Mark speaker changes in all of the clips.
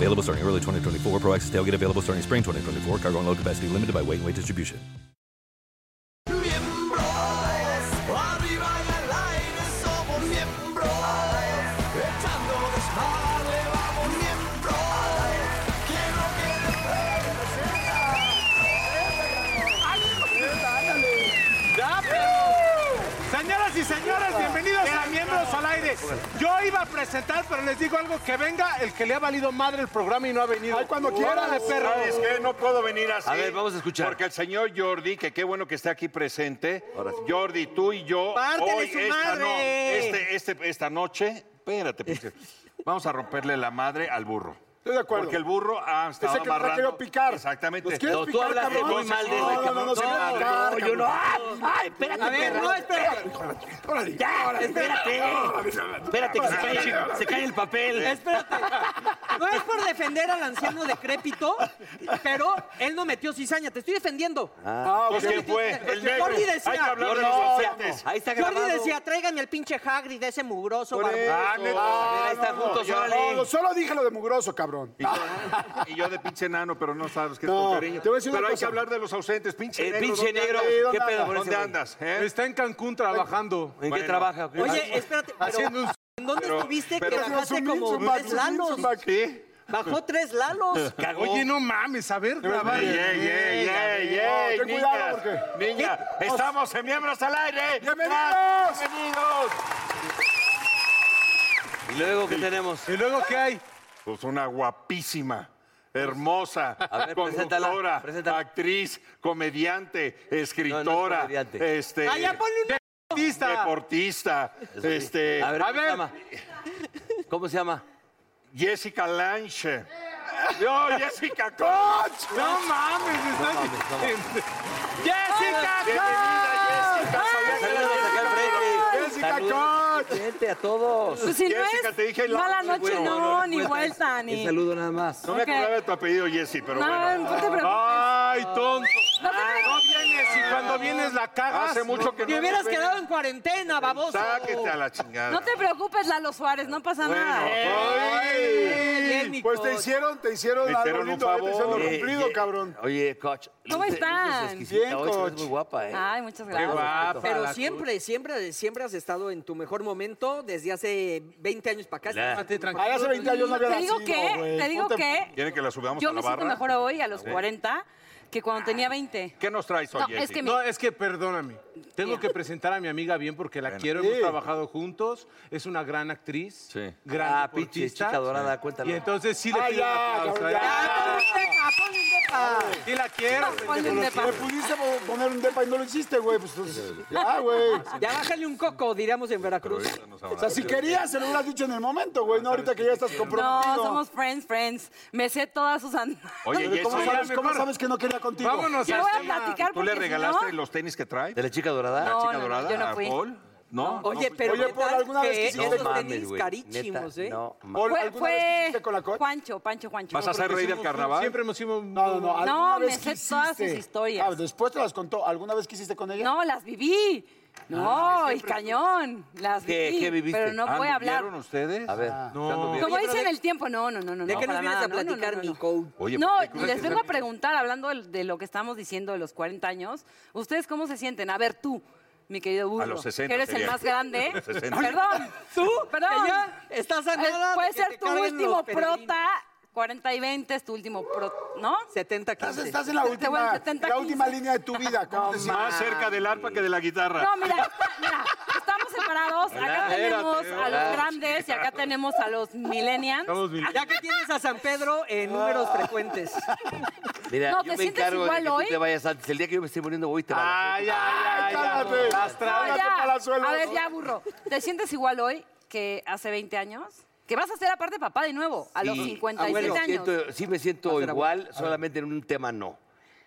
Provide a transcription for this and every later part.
Speaker 1: Available starting early 2024. Pro Access tailgate available starting spring 2024. Cargo and load capacity limited by weight and weight distribution.
Speaker 2: Miembros, arriba en el aire somos miembros, echando desmadre vamos miembros, quiero que le
Speaker 3: Señoras y señores, bienvenidos a Miembros al Aire. Yo iba a presentar, pero les digo algo, que venga el que le ha valido madre el programa y no ha venido. Ay, cuando Órale, perro.
Speaker 4: ¿Sabes qué? No puedo venir así.
Speaker 5: A ver, vamos a escuchar.
Speaker 4: Porque el señor Jordi, que qué bueno que está aquí presente. Jordi, tú y yo.
Speaker 6: Pártele
Speaker 4: hoy,
Speaker 6: su
Speaker 4: esta,
Speaker 6: madre.
Speaker 4: no, este- este- esta noche. Espérate, pinche. Vamos a romperle la madre al burro.
Speaker 3: Estoy de acuerdo.
Speaker 4: Porque el burro ha estado
Speaker 3: Ese que no te ha
Speaker 4: amarrando.
Speaker 3: querido picar.
Speaker 4: Exactamente.
Speaker 3: Los quieres
Speaker 5: No, tú
Speaker 3: picar,
Speaker 5: hablaste
Speaker 3: cabrón.
Speaker 5: muy mal de él,
Speaker 3: No, no, no,
Speaker 5: cabrón.
Speaker 3: no, se
Speaker 5: No,
Speaker 3: va a picar,
Speaker 6: yo no.
Speaker 3: cabrón.
Speaker 6: ¡Ay, espérate,
Speaker 7: A ver,
Speaker 6: perro!
Speaker 7: no, espérate.
Speaker 3: Órale,
Speaker 6: Ya,
Speaker 3: órale.
Speaker 6: espérate.
Speaker 5: Espérate que se cae, se cae el papel.
Speaker 7: Espérate. No es por defender al anciano decrépito, pero él no metió cizaña. Te estoy defendiendo.
Speaker 3: Ah, ok.
Speaker 4: Pues, ¿quién fue? El negro.
Speaker 7: Jordi decía.
Speaker 4: Hay que hablar de los
Speaker 7: No,
Speaker 4: ausentes.
Speaker 5: Ahí está grabado.
Speaker 7: Jordi decía, tráigame el pinche Hagrid, ese mugroso.
Speaker 3: Por
Speaker 7: barbudo".
Speaker 3: eso.
Speaker 4: Ah, neta.
Speaker 5: A ver, ahí están juntos,
Speaker 3: No,
Speaker 5: órale.
Speaker 3: no, solo dije lo de mugroso, cabrón.
Speaker 4: Y yo, y yo de pinche enano, pero no sabes qué es
Speaker 3: No,
Speaker 4: con cariño.
Speaker 3: te voy a decir
Speaker 4: Pero
Speaker 3: una
Speaker 4: hay
Speaker 3: cosa.
Speaker 4: que hablar de los ausentes, pinche
Speaker 5: El
Speaker 4: negro.
Speaker 5: Eh, pinche
Speaker 4: ¿dónde
Speaker 5: negro.
Speaker 4: andas?
Speaker 5: ¿Qué
Speaker 3: ¿dónde
Speaker 5: pedo con
Speaker 4: ¿Dónde
Speaker 5: ese güey?
Speaker 4: andas? eh?
Speaker 3: Está en Cancún trabajando.
Speaker 5: ¿En qué
Speaker 4: Bueno.
Speaker 5: trabaja? o qué?
Speaker 7: Oye, espérate, pero
Speaker 3: Haciendo un-
Speaker 7: ¿en dónde
Speaker 4: pero-
Speaker 7: estuviste
Speaker 4: pero-
Speaker 7: que bajaste
Speaker 3: Zumbi,
Speaker 7: como
Speaker 3: zumbac,
Speaker 7: tres
Speaker 3: zumbi,
Speaker 7: lanos?
Speaker 3: zumbac.
Speaker 4: Sí.
Speaker 7: Bajó tres lalos.
Speaker 5: Cagó.
Speaker 3: Oye, no mames, a ver, grabar.
Speaker 4: Ey, ey, ey, ey, ey,
Speaker 3: ten
Speaker 4: niñas,
Speaker 3: cuidado, porque-
Speaker 4: Niña, estamos en Miembros al Aire.
Speaker 3: ¡Bienvenidos!
Speaker 4: ¡Bienvenidos!
Speaker 5: ¿Y luego qué tenemos?
Speaker 3: ¿Y luego qué hay?
Speaker 4: Pues una guapísima, hermosa,
Speaker 5: ver, preséntala,
Speaker 4: conductora,
Speaker 5: preséntala.
Speaker 4: actriz, comediante, escritora,
Speaker 5: comediante.
Speaker 4: este,
Speaker 3: Ah,
Speaker 7: Allá ponle un...
Speaker 3: Artista.
Speaker 4: deportista, este,
Speaker 5: A ver,
Speaker 3: A
Speaker 5: ¿cómo se
Speaker 3: ver.
Speaker 5: llama? ¿Cómo se llama?
Speaker 4: Jessica Lange. No, Jessica Coach.
Speaker 3: No mames, estás...
Speaker 4: Bienvenida, Jessica. Sabía que
Speaker 5: Saludos
Speaker 4: era
Speaker 5: acá al frente.
Speaker 3: Jessica
Speaker 5: Saludos, gente, a todos.
Speaker 8: Pues si no
Speaker 4: Jessica,
Speaker 8: es
Speaker 4: te dije la-
Speaker 8: mala noche,
Speaker 5: Bueno,
Speaker 8: no,
Speaker 5: bueno,
Speaker 8: ni vuelta,
Speaker 5: Un
Speaker 8: ni... No,
Speaker 5: saludo nada más.
Speaker 4: No me
Speaker 8: Ok.
Speaker 4: acordaba de tu apellido, Jessy, pero
Speaker 8: No,
Speaker 4: bueno.
Speaker 8: no te preocupes.
Speaker 4: Ay, tonto.
Speaker 8: te preocupes.
Speaker 3: vienes y cuando vienes la cagas.
Speaker 4: Hace mucho que no.
Speaker 7: Te
Speaker 4: nos
Speaker 7: hubieras
Speaker 4: ven.
Speaker 7: quedado en cuarentena, baboso.
Speaker 4: Sáquete a la chingada.
Speaker 8: No te preocupes, Lalo Suárez, no pasa nada.
Speaker 4: pues,
Speaker 7: Bien, bien, mi
Speaker 3: Pues te
Speaker 7: coach.
Speaker 3: hicieron, te hicieron
Speaker 4: Me
Speaker 3: algo
Speaker 4: hicieron un
Speaker 3: lindo, eh, te hicieron un
Speaker 4: favor.
Speaker 5: Eh,
Speaker 3: cumplido,
Speaker 5: eh,
Speaker 3: cabrón.
Speaker 5: Oye, coach.
Speaker 8: ¿Cómo
Speaker 5: luces-
Speaker 8: están?
Speaker 5: luces exquisita
Speaker 3: Bien,
Speaker 5: hoy, te ves
Speaker 3: coach.
Speaker 5: muy guapa, ¿eh?
Speaker 8: Ay, muchas
Speaker 5: Qué
Speaker 8: gracias.
Speaker 5: guapa.
Speaker 7: Pero siempre, siempre, siempre has estado en tu mejor momento desde hace 20 años para acá.
Speaker 5: Nah.
Speaker 7: Estás en tu mejor
Speaker 3: Ay, hace 20 años no había
Speaker 8: Te digo
Speaker 3: nacido,
Speaker 8: que,
Speaker 3: güey.
Speaker 8: te digo
Speaker 3: Ponte-
Speaker 8: que
Speaker 4: ¿Quieren que la subamos
Speaker 8: yo
Speaker 4: a la
Speaker 8: me siento
Speaker 4: barra?
Speaker 8: mejor hoy a los 40 que cuando tenía 20.
Speaker 4: ¿Qué nos traes hoy,
Speaker 8: No, es
Speaker 4: Jessy?
Speaker 8: que mi-
Speaker 3: No, es que perdóname. Tengo que presentar a mi amiga bien porque la quiero, hemos
Speaker 4: Sí.
Speaker 3: trabajado juntos, es una gran actriz,
Speaker 4: Sí.
Speaker 3: gran
Speaker 5: Ah, pinche
Speaker 3: deportista.
Speaker 5: chica dorada, cuéntalo.
Speaker 3: Y entonces sí le Ah, pido un ya, aplauso, cabrón, ¿eh? ya.
Speaker 8: Ponle un depa, ponle un depa.
Speaker 3: Sí la quiero.
Speaker 8: Ponle un depa.
Speaker 3: Le pudiste po- poner un depa y no lo hiciste, güey. Pues, entonces, ya, güey. O
Speaker 7: Ya bájale un coco, diríamos en Veracruz.
Speaker 3: sea, si querías, se lo hubieras dicho en el momento, güey. No, ahorita que ya estás
Speaker 8: No,
Speaker 3: comprometido.
Speaker 8: somos friends, friends. Me sé todas sus and...
Speaker 4: Oye,
Speaker 3: Pero ¿Cómo,
Speaker 4: Jessy,
Speaker 3: sabes, ya, cómo mejor.
Speaker 4: ¿tú
Speaker 3: sabes que no quería contigo?
Speaker 8: Yo
Speaker 3: Vámonos.
Speaker 8: voy a platicar porque
Speaker 4: le
Speaker 8: si no-
Speaker 4: regalaste los tenis que trae?
Speaker 5: ¿De la chica dorada?
Speaker 8: No,
Speaker 4: chica
Speaker 8: no, no,
Speaker 4: dorada?
Speaker 8: yo no
Speaker 4: ¿A
Speaker 8: fui.
Speaker 4: Paul? No.
Speaker 7: Oye,
Speaker 4: no,
Speaker 7: pero
Speaker 3: Oye,
Speaker 7: ¿qué
Speaker 3: por
Speaker 7: tal
Speaker 3: alguna vez quisiste-
Speaker 7: esos
Speaker 3: No
Speaker 7: tenis
Speaker 5: güey,
Speaker 7: carísimos,
Speaker 5: neta,
Speaker 7: ¿eh?
Speaker 5: No,
Speaker 3: Paul,
Speaker 5: mames.
Speaker 3: ¿alguna
Speaker 8: Fue,
Speaker 3: vez
Speaker 8: fue
Speaker 3: hiciste con la coach?
Speaker 8: Pancho, Pancho, Pancho.
Speaker 4: ¿Vas a ser rey del carnaval?
Speaker 3: Siempre hemos sido... un-
Speaker 9: No, no, no. ¿alguna
Speaker 8: No, me
Speaker 9: vez
Speaker 8: sé
Speaker 9: quisiste?
Speaker 8: todas sus historias.
Speaker 9: Ah, después te las contó. ¿Alguna vez quisiste con ella? Ah,
Speaker 8: No, las viví. No, y cañón. Las
Speaker 5: ¿Qué-
Speaker 8: viví.
Speaker 5: qué viviste? Ah,
Speaker 8: Pero no voy a hablar.
Speaker 4: Ah, ¿Vieron ustedes?
Speaker 5: A ver, no.
Speaker 8: Como dicen el tiempo, no, no, no, no.
Speaker 7: ¿De
Speaker 8: no,
Speaker 7: qué nos
Speaker 8: para
Speaker 7: vienes
Speaker 8: nada,
Speaker 7: a
Speaker 8: no, no, no,
Speaker 7: platicar, pues,
Speaker 8: no, no.
Speaker 7: Nico?
Speaker 4: Oye,
Speaker 8: No,
Speaker 5: pues,
Speaker 4: ¿por qué
Speaker 8: les
Speaker 4: crees que
Speaker 8: vengo a
Speaker 4: sea-
Speaker 8: preguntar, hablando de, de lo que estamos diciendo de los 40 años, ¿ustedes cómo se sienten? A ver, tú, mi querido burro,
Speaker 4: A los 60
Speaker 8: que eres
Speaker 4: sería.
Speaker 8: el más grande.
Speaker 4: 60.
Speaker 8: Perdón.
Speaker 7: ¿Tú?
Speaker 8: Perdón.
Speaker 7: Que ya estás a
Speaker 8: Eh,
Speaker 7: nada de
Speaker 8: Puede
Speaker 7: que
Speaker 8: ser
Speaker 7: te
Speaker 8: tu
Speaker 7: carguen los
Speaker 8: último
Speaker 7: peregrinos.
Speaker 8: prota 40 y 20 es tu último, pro- ¿no? 70,
Speaker 9: Estás, estás en la última, la última línea de tu vida. ¿cómo te sientes?
Speaker 4: Más cerca del arpa que de la guitarra.
Speaker 8: No, mira, está- mira, estamos separados. Acá
Speaker 4: Espérate,
Speaker 8: tenemos a
Speaker 4: espérate.
Speaker 8: los grandes y acá tenemos a los millennials.
Speaker 7: Somos millennials. Ya que tienes a San Pedro
Speaker 3: Ah.
Speaker 7: en números frecuentes.
Speaker 5: Mira,
Speaker 8: No,
Speaker 5: yo
Speaker 8: ¿te
Speaker 5: me
Speaker 8: sientes
Speaker 5: encargo
Speaker 8: igual
Speaker 5: de que
Speaker 8: hoy?
Speaker 5: tú te vayas antes. El día que yo me esté muriendo voy y te va
Speaker 9: Ay, ay, ay, cálmate.
Speaker 8: No,
Speaker 9: Astrágate
Speaker 8: ya.
Speaker 9: para el suelo.
Speaker 8: A ver, ya burro. ¿Te sientes igual hoy que hace 20 años? Que vas a ser aparte papá de nuevo, a los 57 años.
Speaker 5: Siento- sí me siento igual, solamente en un tema no.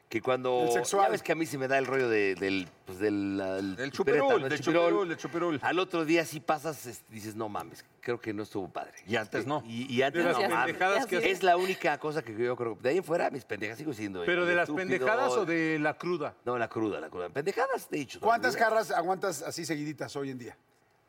Speaker 5: Que cuando...
Speaker 9: El sexual.
Speaker 5: Ya ves que a mí se me da el rollo de- del... Pues del, ah, el chupereta,
Speaker 4: chuperul,
Speaker 5: ¿no? El
Speaker 4: del
Speaker 5: chuperol.
Speaker 4: chuperul, del chuperul.
Speaker 5: Al otro día sí pasas, es- dices, no mames, creo que no estuvo padre.
Speaker 4: Y antes no.
Speaker 5: Y, y antes
Speaker 3: De las
Speaker 5: no mames.
Speaker 3: pendejadas que haces.
Speaker 5: Es la única cosa que yo creo... De ahí en fuera, mis pendejas sigo siendo...
Speaker 3: ¿Pero
Speaker 5: el
Speaker 3: de las
Speaker 5: estúpido,
Speaker 3: pendejadas o de la cruda?
Speaker 5: No, la cruda, la cruda. Pendejadas, de hecho.
Speaker 9: ¿Cuántas
Speaker 5: también.
Speaker 9: jarras aguantas así seguiditas hoy en día?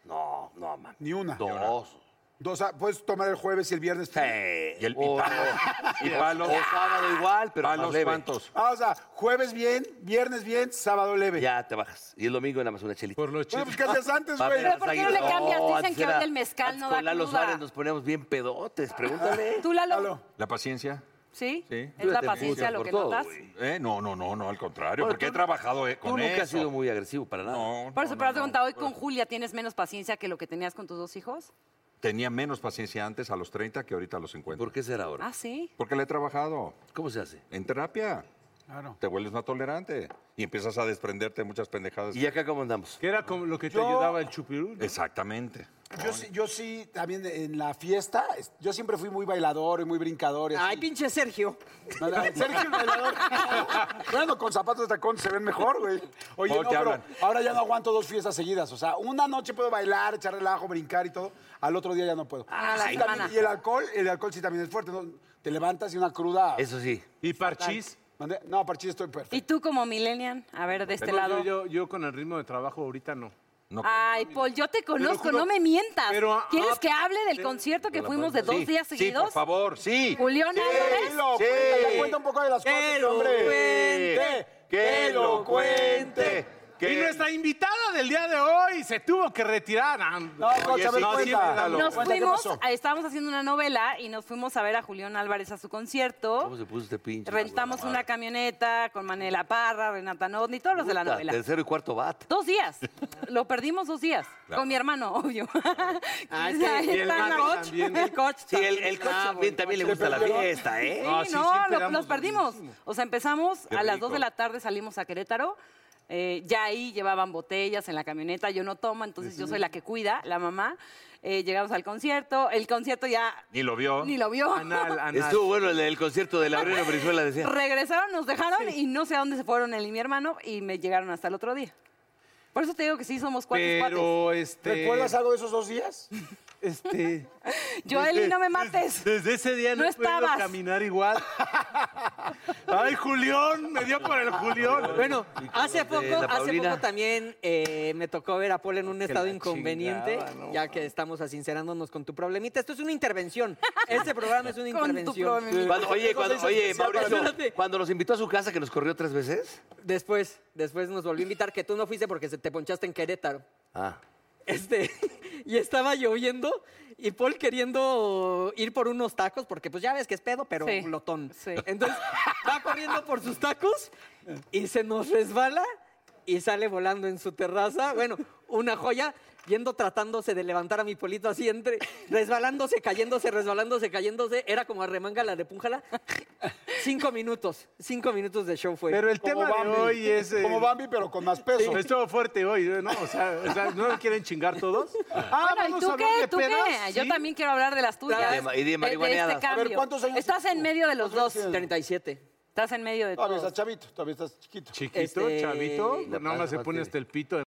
Speaker 5: No, no, mames.
Speaker 9: Ni una.
Speaker 5: Dos.
Speaker 9: Dos, ah, puedes tomar el jueves y el viernes.
Speaker 5: Y
Speaker 4: Y el- y
Speaker 5: o,
Speaker 4: palo.
Speaker 5: o-
Speaker 4: Y palo.
Speaker 5: Oh, o sábado igual, pero
Speaker 4: A
Speaker 5: más
Speaker 4: los
Speaker 5: leve.
Speaker 4: cuantos.
Speaker 9: Ah, o sea, jueves bien, viernes bien, sábado leve.
Speaker 5: Ya te bajas. Y el domingo nada más una chelita.
Speaker 3: Por
Speaker 9: Bueno,
Speaker 3: los chistes.
Speaker 9: pues, ¿qué hacías antes,
Speaker 5: Va a
Speaker 9: güey?
Speaker 5: ver a
Speaker 8: Pero ¿por
Speaker 5: las
Speaker 8: qué no le
Speaker 5: águilas.
Speaker 8: cambias? Dicen
Speaker 5: antes
Speaker 8: que ahora el mezcal
Speaker 5: antes
Speaker 8: no da
Speaker 5: Con Lalo
Speaker 8: cruda.
Speaker 5: Suárez nos poníamos bien pedotes, pregúntale.
Speaker 8: ¿Tú, Lalo?
Speaker 9: Lalo.
Speaker 4: ¿La paciencia?
Speaker 8: ¿Sí?
Speaker 4: Sí.
Speaker 8: Es la
Speaker 5: Te
Speaker 8: paciencia
Speaker 5: empujas
Speaker 8: lo
Speaker 5: por
Speaker 8: que
Speaker 5: todo,
Speaker 8: notas.
Speaker 5: güey.
Speaker 4: Eh, no, no, no, no, al contrario,
Speaker 5: Bueno,
Speaker 4: porque
Speaker 5: tú-
Speaker 4: he trabajado eh, con
Speaker 5: Tú nunca
Speaker 4: eso.
Speaker 5: has sido muy agresivo para nada.
Speaker 4: No,
Speaker 8: Por eso,
Speaker 4: no,
Speaker 8: pero
Speaker 4: no,
Speaker 8: te
Speaker 4: no.
Speaker 8: contado, hoy con Julia tienes menos paciencia que lo que tenías con tus dos hijos.
Speaker 4: Tenía menos paciencia antes a los 30 que ahorita a los 50.
Speaker 5: ¿Por qué será ahora?
Speaker 8: Ah, sí.
Speaker 4: Porque la he trabajado
Speaker 5: ¿Cómo se hace?
Speaker 4: en terapia.
Speaker 9: Claro.
Speaker 4: Te vuelves más tolerante y empiezas a desprenderte de muchas pendejadas.
Speaker 5: ¿Y acá cómo andamos?
Speaker 3: Que era como lo que te
Speaker 9: Yo-
Speaker 3: ayudaba el chupirul.
Speaker 4: Exactamente.
Speaker 9: Yo sí, yo sí, también en la fiesta, es- yo siempre fui muy bailador y muy brincador. y así.
Speaker 7: Ay, pinche Sergio.
Speaker 9: Sergio el bailador. bueno, con zapatos de tacón se ven mejor, güey. Oye,
Speaker 4: Luego
Speaker 9: no,
Speaker 4: te
Speaker 9: pero
Speaker 4: hablan.
Speaker 9: ahora ya no aguanto dos fiestas seguidas. O sea, una noche puedo bailar, echar relajo, brincar y todo. Al otro día ya no puedo.
Speaker 8: Ah, la
Speaker 9: Sí, también-
Speaker 8: semana.
Speaker 9: y el alcohol, el alcohol sí también es fuerte. ¿no? Te levantas y una cruda.
Speaker 5: Eso sí.
Speaker 3: Y parchís.
Speaker 9: Mandé- No, parchís, estoy
Speaker 8: ¿Y
Speaker 9: perfecto.
Speaker 8: tú como millennial? A ver, de este
Speaker 3: No,
Speaker 8: lado.
Speaker 3: yo, yo, yo con el ritmo de trabajo ahorita no.
Speaker 4: No,
Speaker 8: Ay, Paul, yo te conozco,
Speaker 3: juro-
Speaker 8: no me mientas.
Speaker 3: pero, ah,
Speaker 8: ¿Quieres
Speaker 3: ah,
Speaker 8: que hable del concierto que fuimos de dos
Speaker 4: sí,
Speaker 8: días
Speaker 4: sí,
Speaker 8: seguidos?
Speaker 4: por favor, sí.
Speaker 8: Julián Álvarez.
Speaker 9: lo cuenta, ya cuenta un poco de las cosas,
Speaker 7: Que lo
Speaker 9: hombre.
Speaker 7: cuente,
Speaker 9: que lo
Speaker 4: cuente.
Speaker 3: Y nuestra invitada del día de hoy se tuvo que retirar. Ah,
Speaker 9: No, coach, a ver,
Speaker 4: sí,
Speaker 9: cuenta.
Speaker 4: cuéntalo.
Speaker 8: Nos
Speaker 9: Cuenta, ¿qué
Speaker 8: fuimos,
Speaker 9: pasó?
Speaker 8: ah, estábamos haciendo una novela y nos fuimos a ver a Julián Álvarez a su
Speaker 5: ¿Cómo
Speaker 8: concierto.
Speaker 5: se puso este pinche?
Speaker 8: Rentamos
Speaker 5: Madre.
Speaker 8: una camioneta con Manela Parra, Renata Nodni, todos los de la
Speaker 5: Puta,
Speaker 8: novela.
Speaker 5: Tercero y cuarto bat.
Speaker 8: Dos días. Lo perdimos dos días.
Speaker 5: Claro.
Speaker 8: Con mi hermano, obvio.
Speaker 7: Ah, es
Speaker 8: O sea,
Speaker 7: que- y el
Speaker 8: está
Speaker 7: man
Speaker 8: loco.
Speaker 7: también. El coach
Speaker 5: Sí, el,
Speaker 7: también.
Speaker 5: el coche
Speaker 7: Ah,
Speaker 5: también,
Speaker 7: bueno,
Speaker 5: también le gusta la fiesta,
Speaker 8: Sí,
Speaker 5: ¿eh?
Speaker 3: Ah, sí,
Speaker 8: no,
Speaker 3: sí,
Speaker 8: lo-
Speaker 3: pegamos
Speaker 8: los perdimos.
Speaker 3: durísimo.
Speaker 8: O sea, empezamos
Speaker 4: Qué
Speaker 8: a las
Speaker 4: rico.
Speaker 8: 2 de la tarde, salimos a Querétaro. Eh, ya ahí llevaban botellas en la camioneta, yo no tomo, entonces yo soy la que cuida, la mamá. Eh, llegamos al concierto, el concierto ya
Speaker 4: Ni lo vio.
Speaker 8: ni lo vio.
Speaker 3: Anal, anal.
Speaker 5: Estuvo bueno el, el concierto de Laureno Brizuela, decía.
Speaker 8: Regresaron, nos dejaron y no sé a dónde se fueron él y mi hermano y me llegaron hasta el otro día. Por eso te digo que sí somos cuatro
Speaker 3: Pero este.
Speaker 9: ¿Recuerdas algo de esos dos días?
Speaker 3: Este.
Speaker 8: Yo, Eli, no me mates.
Speaker 3: Desde, desde ese día no,
Speaker 8: No
Speaker 3: he podido
Speaker 8: estabas.
Speaker 3: caminar igual. Ay, Julián, me dio por el Julián.
Speaker 7: Bueno, hace poco,
Speaker 5: la
Speaker 7: hace
Speaker 5: Paulina.
Speaker 7: poco también eh, me tocó ver a Paul en un estado
Speaker 5: la
Speaker 7: inconveniente,
Speaker 5: chingada, no
Speaker 7: ya que estamos asincerándonos con tu problemita. Esto es una intervención. Este programa es una
Speaker 8: Con tu
Speaker 7: intervención.
Speaker 8: problemita.
Speaker 5: Cuando- oye, cuando, oye, Mauricio,
Speaker 7: Espérate.
Speaker 5: cuando nos invitó a su casa que nos corrió tres veces.
Speaker 7: Después, después nos volvió a invitar, que tú no fuiste porque se te ponchaste en Querétaro.
Speaker 5: Ah.
Speaker 7: Este, y estaba lloviendo y Paul queriendo ir por unos tacos, porque pues ya ves que es pedo, pero
Speaker 8: Sí,
Speaker 7: glotón.
Speaker 8: sí.
Speaker 7: Entonces va corriendo por sus tacos y se nos resbala y sale volando en su terraza. Bueno, una joya, yendo tratándose de levantar a mi polito así entre, resbalándose, cayéndose, resbalándose, cayéndose. Era como arremanga la de Pújala. Cinco minutos, cinco minutos de show fue.
Speaker 3: Pero el
Speaker 9: Como
Speaker 3: tema de
Speaker 9: Bambi.
Speaker 3: hoy es. eh,
Speaker 9: Como Bambi, pero con más
Speaker 3: Sí,
Speaker 9: peso.
Speaker 3: Estuvo fuerte hoy, ¿eh? ¿no? O sea, o sea, ¿no me quieren chingar todos? Ah,
Speaker 8: Bueno, ¿y tú
Speaker 3: hablar
Speaker 8: qué?
Speaker 3: de
Speaker 8: ¿Tú
Speaker 3: pedas,
Speaker 8: qué? Yo
Speaker 3: ¿sí?
Speaker 8: también quiero hablar de las tuyas.
Speaker 5: Y Ah, de- y de marihuaneadas.
Speaker 8: este
Speaker 5: A ver,
Speaker 8: cambio.
Speaker 9: ¿cuántos años
Speaker 8: Estás en medio de los dos.
Speaker 7: 37.
Speaker 8: Estás en medio de
Speaker 9: Todavía estás
Speaker 8: todos.
Speaker 9: chavito, todavía estás chiquito.
Speaker 3: Chiquito,
Speaker 7: Este,
Speaker 3: chavito,
Speaker 7: la
Speaker 3: nada más se
Speaker 5: paz,
Speaker 3: pone
Speaker 5: sí.
Speaker 3: hasta el pito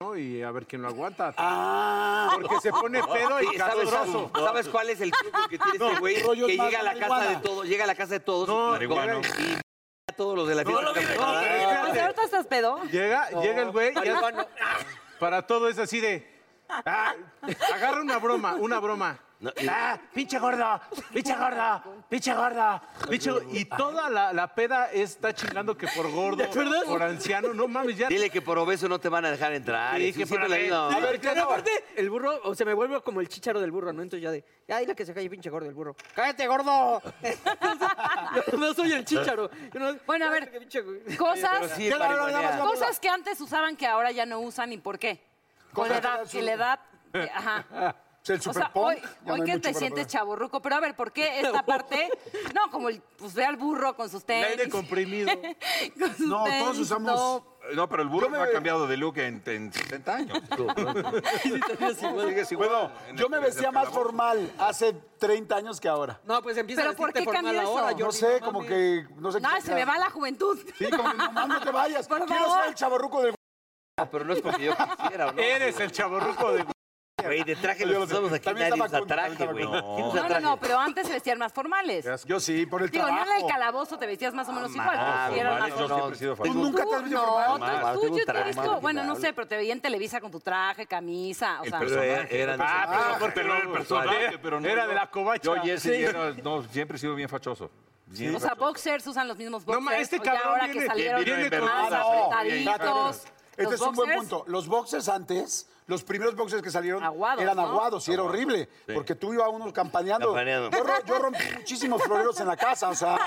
Speaker 3: ¿no? y a ver quién lo aguanta.
Speaker 9: Ah,
Speaker 3: Porque se pone pedo y
Speaker 5: Sí, ¿sabes,
Speaker 3: castroso.
Speaker 5: ¿Sabes cuál es el truco que tiene este güey?
Speaker 9: rollos
Speaker 5: que
Speaker 9: más
Speaker 5: llega a la
Speaker 9: de
Speaker 5: casa
Speaker 9: marihuana.
Speaker 5: de todos, llega a la casa de todos
Speaker 3: No,
Speaker 5: y
Speaker 4: marihuano.
Speaker 5: y a todos los de la fiesta.
Speaker 8: O sea, ahorita estás pedo.
Speaker 3: Llega, llega el güey y ya-
Speaker 7: Marihuana.
Speaker 3: para todo es así de... ah, agarra una broma, una broma. Ah, pinche gordo, pinche gordo, pinche gordo, pinche gordo. Y toda la, la peda está chingando que por gordo,
Speaker 5: acuerdas?
Speaker 3: por anciano, no mames, ya.
Speaker 5: Dile que por obeso no te van a dejar entrar.
Speaker 3: Sí,
Speaker 5: y
Speaker 3: que
Speaker 5: siempre
Speaker 3: por
Speaker 5: la misma-
Speaker 7: A ver, pero aparte, el burro, o se me vuelve como el chícharo del burro, ¿no? Entonces ya de, ay, la que se calle, pinche gordo, el burro. ¡Cállate, gordo! yo no soy el chícharo. Yo no-
Speaker 8: Bueno, a ver, cosas,
Speaker 5: Pero sí, Ya, no, no, nada más, marihuanear.
Speaker 8: cosas que antes usaban que ahora ya no usan y por qué. Con la
Speaker 9: Cosas que
Speaker 8: edad,
Speaker 9: eran
Speaker 8: que
Speaker 9: su-
Speaker 8: la edad, eh, ajá.
Speaker 9: Es El
Speaker 8: O
Speaker 9: super
Speaker 8: sea,
Speaker 9: punk,
Speaker 8: hoy,
Speaker 9: ya no
Speaker 8: hoy
Speaker 9: hay
Speaker 8: que
Speaker 9: mucho
Speaker 8: te
Speaker 9: para
Speaker 8: sientes
Speaker 9: hablar.
Speaker 8: chaborruco, pero a ver, ¿por qué esta parte? No, como el, pues ve al burro con sus
Speaker 3: El
Speaker 8: tenis.
Speaker 3: aire comprimido.
Speaker 8: con sus
Speaker 9: No, todos
Speaker 8: tenis,
Speaker 9: usamos-
Speaker 8: top.
Speaker 4: Eh, No, pero el burro
Speaker 9: Yo me-
Speaker 4: no ha cambiado de look en, en 70 años. Sigues igual.
Speaker 9: Bueno,
Speaker 4: En- en-
Speaker 9: yo me
Speaker 4: en-
Speaker 9: vestía
Speaker 4: en-
Speaker 9: más
Speaker 4: en-
Speaker 9: formal hace 30 años que ahora.
Speaker 7: No, pues empieza
Speaker 8: ¿Pero
Speaker 7: a
Speaker 8: por
Speaker 7: vestirte
Speaker 8: qué
Speaker 7: formal
Speaker 8: cambió
Speaker 7: ahora,
Speaker 8: eso?
Speaker 9: No
Speaker 7: Jordi,
Speaker 9: sé,
Speaker 7: no
Speaker 9: como
Speaker 7: mames.
Speaker 9: que no sé
Speaker 8: No,
Speaker 9: qué
Speaker 8: se me
Speaker 9: sea.
Speaker 8: va la juventud.
Speaker 9: Sí, como que no, no te vayas.
Speaker 8: Por
Speaker 9: Quiero
Speaker 8: favor.
Speaker 9: ser el chavarruco del
Speaker 5: Ah, pero no es porque yo quisiera, ¿o ¿no?
Speaker 3: Eres el chaborruco de.
Speaker 5: Güey, de traje
Speaker 9: Yo
Speaker 5: los
Speaker 9: lo sé.
Speaker 5: usamos aquí,
Speaker 9: También
Speaker 5: nadie
Speaker 9: estaba
Speaker 5: usa
Speaker 9: con- también
Speaker 5: traje,
Speaker 9: estaba
Speaker 5: güey.
Speaker 9: con-
Speaker 5: ¿Quién usa
Speaker 8: No, no,
Speaker 5: traje?
Speaker 8: no, pero antes se vestían más formales.
Speaker 9: Yo sí, por el
Speaker 8: Digo, no en
Speaker 9: trabajo.
Speaker 8: el calabozo te vestías más o menos igual,
Speaker 5: Ah,
Speaker 8: pero sí eran
Speaker 4: formales,
Speaker 8: más
Speaker 4: yo siempre he sido
Speaker 9: Tú
Speaker 4: formal.
Speaker 9: nunca te has
Speaker 8: Tú,
Speaker 9: visto
Speaker 8: no,
Speaker 9: formal.
Speaker 5: formal.
Speaker 8: tú- tú,
Speaker 5: Tengo un
Speaker 8: yo te he
Speaker 5: traje,
Speaker 8: visto,
Speaker 5: madre,
Speaker 8: bueno, no
Speaker 5: madre.
Speaker 8: sé, pero te veía en Televisa con tu traje, camisa, o sea,
Speaker 5: Pero era- eran-
Speaker 3: Ah,
Speaker 4: pero
Speaker 3: porque
Speaker 4: no era el personaje, pero no,
Speaker 3: Era
Speaker 4: yo-
Speaker 3: de la covacha.
Speaker 4: Yo, Jesse, era- no, siempre he sido bien fachoso. Bien
Speaker 8: o sea,
Speaker 4: fachoso.
Speaker 8: boxers usan los
Speaker 3: No,
Speaker 8: mismos boxers.
Speaker 3: ma, este
Speaker 8: o ya
Speaker 3: cabrón
Speaker 8: ahora
Speaker 3: viene-
Speaker 8: que salieron
Speaker 4: viene
Speaker 8: más
Speaker 4: con-
Speaker 9: No,
Speaker 8: apretaditos.
Speaker 9: Este
Speaker 8: los
Speaker 9: es un buen
Speaker 8: boxers,
Speaker 9: punto. Los boxers antes, los primeros boxers que salieron
Speaker 8: Aguados,
Speaker 9: eran
Speaker 8: ¿no?
Speaker 9: aguados y era horrible, porque tú ibas a unos campaneando.
Speaker 5: Campaneando.
Speaker 9: Yo, ro- yo rompí muchísimos floreros en la casa, o sea.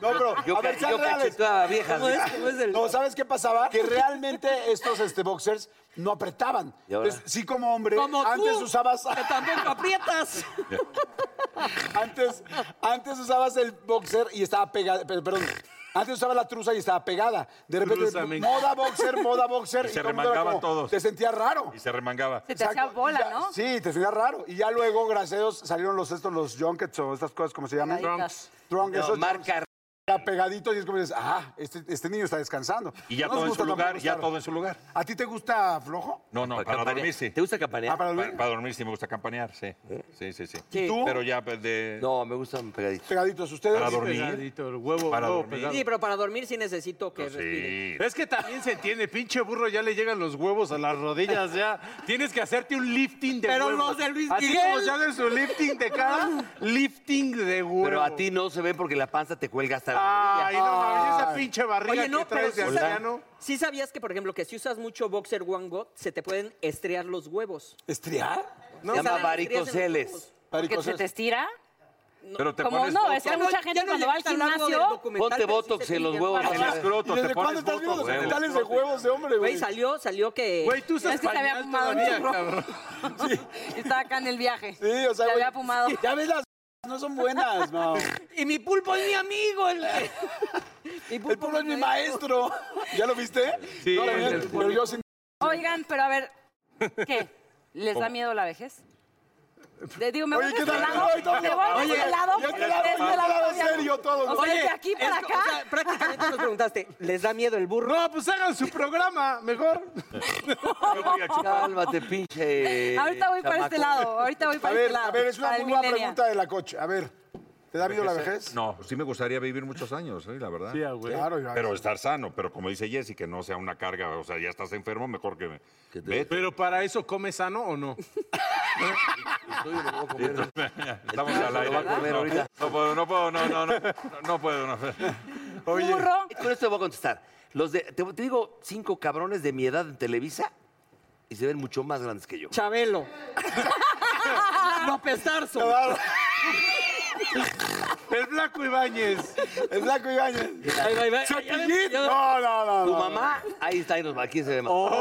Speaker 9: No, pero
Speaker 5: Yo,
Speaker 9: a ver,
Speaker 5: ca-
Speaker 9: sean
Speaker 5: yo
Speaker 9: reales.
Speaker 5: cacheteaba viejas.
Speaker 7: ¿Cómo es? ¿Cómo es el-
Speaker 9: No, ¿sabes qué pasaba? Que realmente estos este, boxers no apretaban.
Speaker 5: ¿Y ahora?
Speaker 9: Entonces, sí, como hombre,
Speaker 7: Como tú,
Speaker 9: antes usabas.
Speaker 7: que tampoco aprietas.
Speaker 9: Antes, antes usabas el boxer y estaba pegada. Perdón. Antes usabas la trusa y estaba pegada. De repente,
Speaker 3: Trusa, me encanta.
Speaker 9: moda boxer, moda boxer.
Speaker 4: Y se
Speaker 9: todo el mundo era
Speaker 4: remangaban
Speaker 9: como-
Speaker 4: todos.
Speaker 9: Te sentías raro.
Speaker 4: Y se remangaba.
Speaker 8: Se te hacía
Speaker 9: Exacto,
Speaker 8: bola,
Speaker 9: y ya-
Speaker 8: ¿no?
Speaker 9: Sí, te sentías raro. Y ya luego, gracias a Dios, salieron los estos, los junkets o estas cosas, ¿cómo se llaman?
Speaker 8: Pegaditas.
Speaker 9: Trunk,
Speaker 5: No,
Speaker 9: esos
Speaker 5: marca
Speaker 9: ya pegaditos y es como dices, ah, este, este niño está descansando.
Speaker 4: Y ya
Speaker 9: No nos
Speaker 4: todo en
Speaker 9: gusta,
Speaker 4: su
Speaker 9: tampoco
Speaker 4: lugar,
Speaker 9: nos
Speaker 4: ya
Speaker 9: gustaron.
Speaker 4: todo en su lugar.
Speaker 9: ¿A ti te gusta flojo?
Speaker 4: No, no, para
Speaker 5: campanear.
Speaker 4: dormir sí.
Speaker 5: ¿Te gusta campanear?
Speaker 9: Ah, para dormir.
Speaker 4: Pa- Para dormir sí me gusta campanear, sí. Sí, sí, sí.
Speaker 7: ¿Y tú?
Speaker 4: Pero ya pues, de...
Speaker 5: No, me gustan pegaditos.
Speaker 9: Pegaditos ustedes.
Speaker 4: Para dormir.
Speaker 3: Pegadito, el huevo,
Speaker 4: Para
Speaker 3: huevo
Speaker 4: dormir.
Speaker 3: pegado.
Speaker 7: Sí, pero para dormir sí necesito que respire.
Speaker 4: Sí.
Speaker 3: Es que también se entiende, pinche burro, ya le llegan los huevos a las rodillas, ya. Tienes que hacerte un lifting de
Speaker 7: Pero
Speaker 3: huevos.
Speaker 7: los de Luis
Speaker 3: Así
Speaker 7: Miguel.
Speaker 3: como se hacen su lifting de cara, lifting de huevo.
Speaker 5: Ah.
Speaker 3: Ah.
Speaker 5: Pero a ti no se ven porque la panza te cuelga hasta la
Speaker 3: Ay, no mames, esa pinche barriga
Speaker 7: Oye, no,
Speaker 3: que
Speaker 7: pero
Speaker 3: traes
Speaker 7: sí,
Speaker 3: de
Speaker 7: sab-
Speaker 3: anciano.
Speaker 7: sí sabías que, por ejemplo, que si usas mucho boxer one god, se te pueden estrear los huevos.
Speaker 9: ¿Estriar?
Speaker 7: No,
Speaker 5: Se
Speaker 7: o sea,
Speaker 5: llama
Speaker 7: las estrías en los
Speaker 5: varicoceles.
Speaker 7: huevos.
Speaker 8: Porque se te estira.
Speaker 4: Pero te
Speaker 8: Como
Speaker 4: pones
Speaker 8: no,
Speaker 4: botox
Speaker 8: es que mucha gente
Speaker 7: Ya no
Speaker 8: cuando va al
Speaker 7: llegué tan largo del
Speaker 8: gimnasio,
Speaker 7: documental, pero
Speaker 5: Ponte
Speaker 7: sí
Speaker 5: botox
Speaker 7: se
Speaker 5: en los
Speaker 7: te-
Speaker 5: huevos.
Speaker 4: en el escroto,
Speaker 9: ¿Y
Speaker 4: te
Speaker 9: desde cuándo
Speaker 4: pones
Speaker 9: estás viendo
Speaker 4: botox,
Speaker 9: los
Speaker 4: güey.
Speaker 9: hospitales de huevos de hombre,
Speaker 7: Güey,
Speaker 9: güey?
Speaker 7: salió, salió que...
Speaker 3: Güey, tú usas
Speaker 8: Es que te había
Speaker 3: pañal
Speaker 8: fumado
Speaker 3: todavía,
Speaker 8: mucho.
Speaker 3: cabrón.
Speaker 8: estaba acá en el viaje.
Speaker 9: Sí, o sea,
Speaker 8: Se
Speaker 9: güey.
Speaker 8: había fumado.
Speaker 9: Ya ves las no son buenas, Mao.
Speaker 7: Y mi pulpo es mi amigo. El, mi
Speaker 9: El pueblo
Speaker 8: ¿eh?
Speaker 9: es mi maestro. ¿Ya lo viste?
Speaker 3: Sí,
Speaker 9: No, la verdad,
Speaker 3: el del
Speaker 9: pero yo sin...
Speaker 8: Oigan, pero a ver, ¿qué? ¿Les da miedo la vejez? Te digo, me voy
Speaker 9: Oye,
Speaker 8: de
Speaker 9: ¿qué
Speaker 8: este
Speaker 9: tal?
Speaker 8: lado,
Speaker 9: Ay, no,
Speaker 8: me voy de
Speaker 7: oye,
Speaker 8: este lado,
Speaker 9: ya te
Speaker 8: de
Speaker 9: la-
Speaker 8: este
Speaker 9: ya te la
Speaker 8: lado,
Speaker 9: ves serio todo,
Speaker 8: O
Speaker 9: ¿no?
Speaker 8: sea, de aquí para
Speaker 7: es- o sea,
Speaker 8: acá.
Speaker 7: prácticamente nos preguntaste, ¿les da miedo el burro?
Speaker 3: No, pues hagan su programa, mejor.
Speaker 5: Cálmate, este pinche.
Speaker 8: Ahorita voy para este
Speaker 5: chamaco.
Speaker 8: lado, ahorita voy
Speaker 9: A
Speaker 8: para este
Speaker 9: ver,
Speaker 8: lado.
Speaker 9: a ver, es una
Speaker 8: para el
Speaker 9: muy buena
Speaker 8: millennial.
Speaker 9: pregunta de la coche. A ver, ¿te da miedo la vejez?
Speaker 4: No, sí me gustaría vivir muchos años, ¿eh? la verdad.
Speaker 9: Claro, ya.
Speaker 4: Pero estar sano, pero como dice Jesse, que no sea una carga, o sea, ya estás enfermo, mejor que... Vete.
Speaker 3: Pero para eso, ¿come sano o no?
Speaker 4: Estamos al aire.
Speaker 5: Lo va a comer
Speaker 4: No,
Speaker 5: ahorita.
Speaker 4: no puedo, no puedo, no, no, no, no, no puedo. No.
Speaker 8: Burro,
Speaker 5: Con esto te voy a contestar. Los de, te, te digo cinco cabrones de mi edad en Televisa y se ven mucho más grandes que yo. Ah.
Speaker 7: Chabelo. López Tarso.
Speaker 3: El Blanco Ibáñez.
Speaker 9: El Blanco Ibañez.
Speaker 7: Ahí va, ahí va.
Speaker 9: ¿Cepillín?
Speaker 7: Ya-
Speaker 9: No, no, no.
Speaker 5: Tu
Speaker 9: no.
Speaker 5: mamá, ahí está, ahí nos va. ¿Quién se ve más? Oh.
Speaker 4: Oh.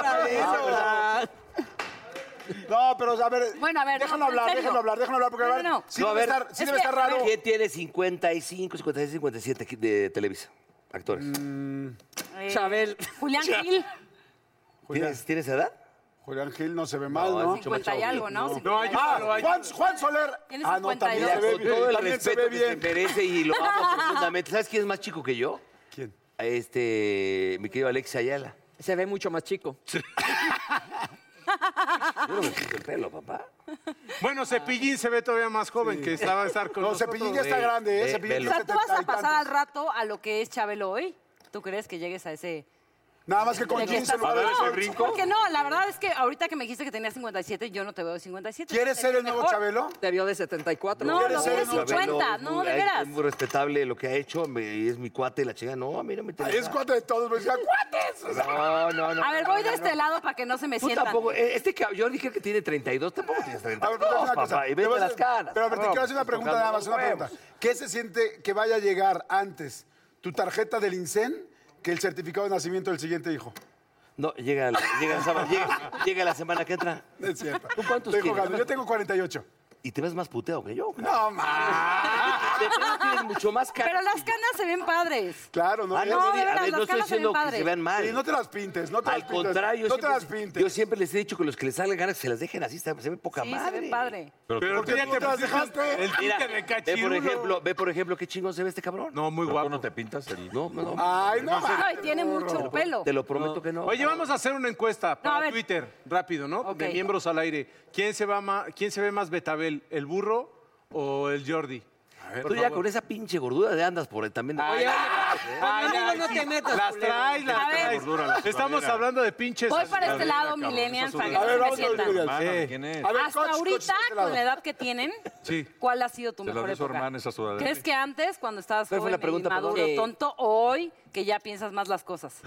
Speaker 7: Ahora, ahora.
Speaker 9: No, pero a ver.
Speaker 8: Bueno, a ver,
Speaker 9: Déjalo
Speaker 8: no, en
Speaker 9: hablar,
Speaker 8: serio.
Speaker 9: déjalo hablar, déjalo hablar, porque a
Speaker 8: No,
Speaker 9: ver,
Speaker 8: no, no.
Speaker 9: sí
Speaker 5: No, a
Speaker 9: debe
Speaker 5: ver,
Speaker 9: estar, sí
Speaker 8: es
Speaker 9: debe
Speaker 8: que,
Speaker 9: estar
Speaker 8: a ver,
Speaker 9: raro.
Speaker 5: ¿Quién tiene 55, 56, 57 aquí de Televisa? Actores. Mm,
Speaker 8: eh,
Speaker 7: Chabel.
Speaker 8: Julián Gil,
Speaker 5: ¿Tienes, ¿Tienes edad?
Speaker 9: Julián Gil no se ve mal,
Speaker 5: No,
Speaker 9: ¿no?
Speaker 5: mucho más
Speaker 8: 50 y
Speaker 5: chavo.
Speaker 8: algo, ¿no?
Speaker 3: No, ayúdalo,
Speaker 9: Ah,
Speaker 3: ayúdalo.
Speaker 9: Juan, Juan Soler.
Speaker 8: Tiene
Speaker 9: Ah, no, también se ve,
Speaker 8: 52.
Speaker 9: bien,
Speaker 5: Todo el
Speaker 9: también se
Speaker 5: respeto
Speaker 9: ve
Speaker 5: que se
Speaker 9: bien.
Speaker 5: merece y lo amo profundamente. ¿Sabes quién es más chico que yo?
Speaker 9: ¿Quién?
Speaker 5: Este, mi querido Alex Ayala.
Speaker 7: Se ve mucho más chico.
Speaker 5: Yo no me quito el pelo, papá.
Speaker 3: Bueno, Cepillín se ve todavía más joven que estaba a estar con
Speaker 9: No,
Speaker 3: nosotros.
Speaker 9: Cepillín ya está grande, ¿eh?
Speaker 5: Ve-
Speaker 9: Cepillín
Speaker 5: velo.
Speaker 8: o
Speaker 9: tiene
Speaker 8: sea, tú vas
Speaker 9: 70
Speaker 8: a
Speaker 9: y
Speaker 8: pasar al
Speaker 9: tantos.
Speaker 8: rato a lo que es Chabelo hoy. ¿Tú crees que llegues a ese
Speaker 9: Nada más que con
Speaker 8: ¿De qué
Speaker 9: 15
Speaker 8: estás
Speaker 9: lugares.
Speaker 8: hablando? Porque no, la verdad es que ahorita que me dijiste que tenías 57, yo no te veo de 57.
Speaker 9: ¿Quieres
Speaker 8: Te
Speaker 9: ser
Speaker 8: veo
Speaker 9: el nuevo
Speaker 8: mejor.
Speaker 9: Chabelo?
Speaker 7: Te vio de 74.
Speaker 8: No, lo vi de
Speaker 5: Chabelo
Speaker 8: 50.
Speaker 5: es
Speaker 8: No,
Speaker 5: muy-
Speaker 8: de
Speaker 5: es-
Speaker 8: veras.
Speaker 5: Es muy respetable lo que ha hecho, me- es mi cuate, la chica. No, a mí no
Speaker 9: Ay,
Speaker 5: me interesa.
Speaker 9: es cuatro de todos, me decía, ¡cuates! O sea,
Speaker 5: No, no, no.
Speaker 8: A ver,
Speaker 5: no,
Speaker 8: voy de
Speaker 5: no,
Speaker 8: este
Speaker 5: no.
Speaker 8: lado para que no se me
Speaker 5: Tú
Speaker 8: sientan.
Speaker 5: tampoco, eh, este cab- yo dije que tiene 32, tampoco tienes
Speaker 9: A ver, pero
Speaker 5: 32,
Speaker 9: te voy a hacer una
Speaker 5: papá,
Speaker 9: cosa.
Speaker 5: y
Speaker 9: Te voy
Speaker 5: vete
Speaker 9: a
Speaker 5: a las
Speaker 9: hacer-
Speaker 5: caras.
Speaker 9: Pero, pero pues, te
Speaker 5: No, pues,
Speaker 9: quiero hacer una pregunta, nada más, una
Speaker 5: tocando los
Speaker 9: pregunta. ¿Qué se siente que vaya a llegar antes tu tarjeta del INSEN que el certificado de nacimiento del siguiente hijo?
Speaker 5: No, llega, la- llega, el sábado, llega, llega la semana que entra.
Speaker 9: No Es cierto.
Speaker 5: ¿Tú cuántos
Speaker 9: Estoy
Speaker 5: tienes?
Speaker 9: jugando. Yo tengo 48.
Speaker 5: Y te ves más puteado que yo. cabrón.
Speaker 9: No, más.
Speaker 5: De plano tienes mucho más cara.
Speaker 8: Pero las canas se ven padres.
Speaker 9: Claro, no.
Speaker 5: Ah,
Speaker 8: No,
Speaker 5: no,
Speaker 8: de
Speaker 5: mira, a
Speaker 8: veras,
Speaker 5: ver,
Speaker 8: las
Speaker 5: no estoy
Speaker 8: canas se ven
Speaker 5: diciendo que
Speaker 8: padres.
Speaker 5: se vean mal.
Speaker 9: Sí, no te las pintes, no te
Speaker 5: Al
Speaker 9: las pintes.
Speaker 5: contrario,
Speaker 9: no te
Speaker 5: siempre,
Speaker 9: las
Speaker 5: les,
Speaker 9: pintes.
Speaker 5: yo siempre les he dicho que los que les salgan ganas que se las dejen así, se se ven poca
Speaker 8: Sí,
Speaker 5: madre.
Speaker 8: se ven padre.
Speaker 3: Pero
Speaker 9: ¿Por
Speaker 3: tú
Speaker 9: qué
Speaker 3: ya
Speaker 9: tú
Speaker 3: te
Speaker 9: te las
Speaker 3: pusiste
Speaker 9: dejaste?
Speaker 3: El
Speaker 5: Mira,
Speaker 3: tinte de
Speaker 5: ve por
Speaker 3: cachirulo.
Speaker 5: ejemplo, ve por ejemplo qué chingón se ve este cabrón.
Speaker 3: No, muy
Speaker 4: ¿Tú
Speaker 3: guapo.
Speaker 4: no te pintas el...
Speaker 5: No, no, no.
Speaker 9: Ay, no. ma-
Speaker 8: No, y tiene mucho pelo.
Speaker 5: Te lo prometo que no.
Speaker 3: Oye, vamos a hacer una encuesta
Speaker 8: a
Speaker 3: para
Speaker 8: ver.
Speaker 3: Twitter, rápido, ¿no?
Speaker 8: Ok.
Speaker 3: De miembros al aire. ¿Quién se, va ma- ¿Quién se ve más Betabel, el burro o el Jordi?
Speaker 5: Tú ya con esa pinche gordura de andas por él también.
Speaker 7: Oye, oye,
Speaker 3: Ay,
Speaker 7: conmigo
Speaker 3: ay,
Speaker 7: no
Speaker 3: sí.
Speaker 7: te metas,
Speaker 3: Las
Speaker 7: culero.
Speaker 3: traes, las
Speaker 8: A ver.
Speaker 3: traes.
Speaker 4: Gordura, la
Speaker 3: Estamos
Speaker 4: sudadera.
Speaker 3: hablando de pinches.
Speaker 8: Voy para este lado,
Speaker 4: cabrón,
Speaker 8: millennials,
Speaker 4: eso
Speaker 8: para que
Speaker 4: sube.
Speaker 9: A
Speaker 8: no se
Speaker 9: ver,
Speaker 8: me
Speaker 9: vamos a ver,
Speaker 8: sientan.
Speaker 9: Julián.
Speaker 4: Hermano,
Speaker 3: Sí.
Speaker 4: ¿quién es?
Speaker 9: A ver,
Speaker 8: Hasta
Speaker 9: coach, coach,
Speaker 8: ahorita,
Speaker 5: este
Speaker 9: coach,
Speaker 8: con la
Speaker 9: lado.
Speaker 8: edad que tienen,
Speaker 3: Ah, Sí.
Speaker 8: ¿cuál ha sido tu
Speaker 4: Se la
Speaker 8: mejor
Speaker 4: dio su
Speaker 8: época?
Speaker 4: hermana esa sudadera.
Speaker 8: ¿Crees que antes, cuando estabas
Speaker 5: ¿Cuál fue la
Speaker 8: joven,
Speaker 5: pregunta, perdón?
Speaker 8: maduro,
Speaker 5: Sí.
Speaker 8: tonto, o hoy, que ya piensas más las cosas?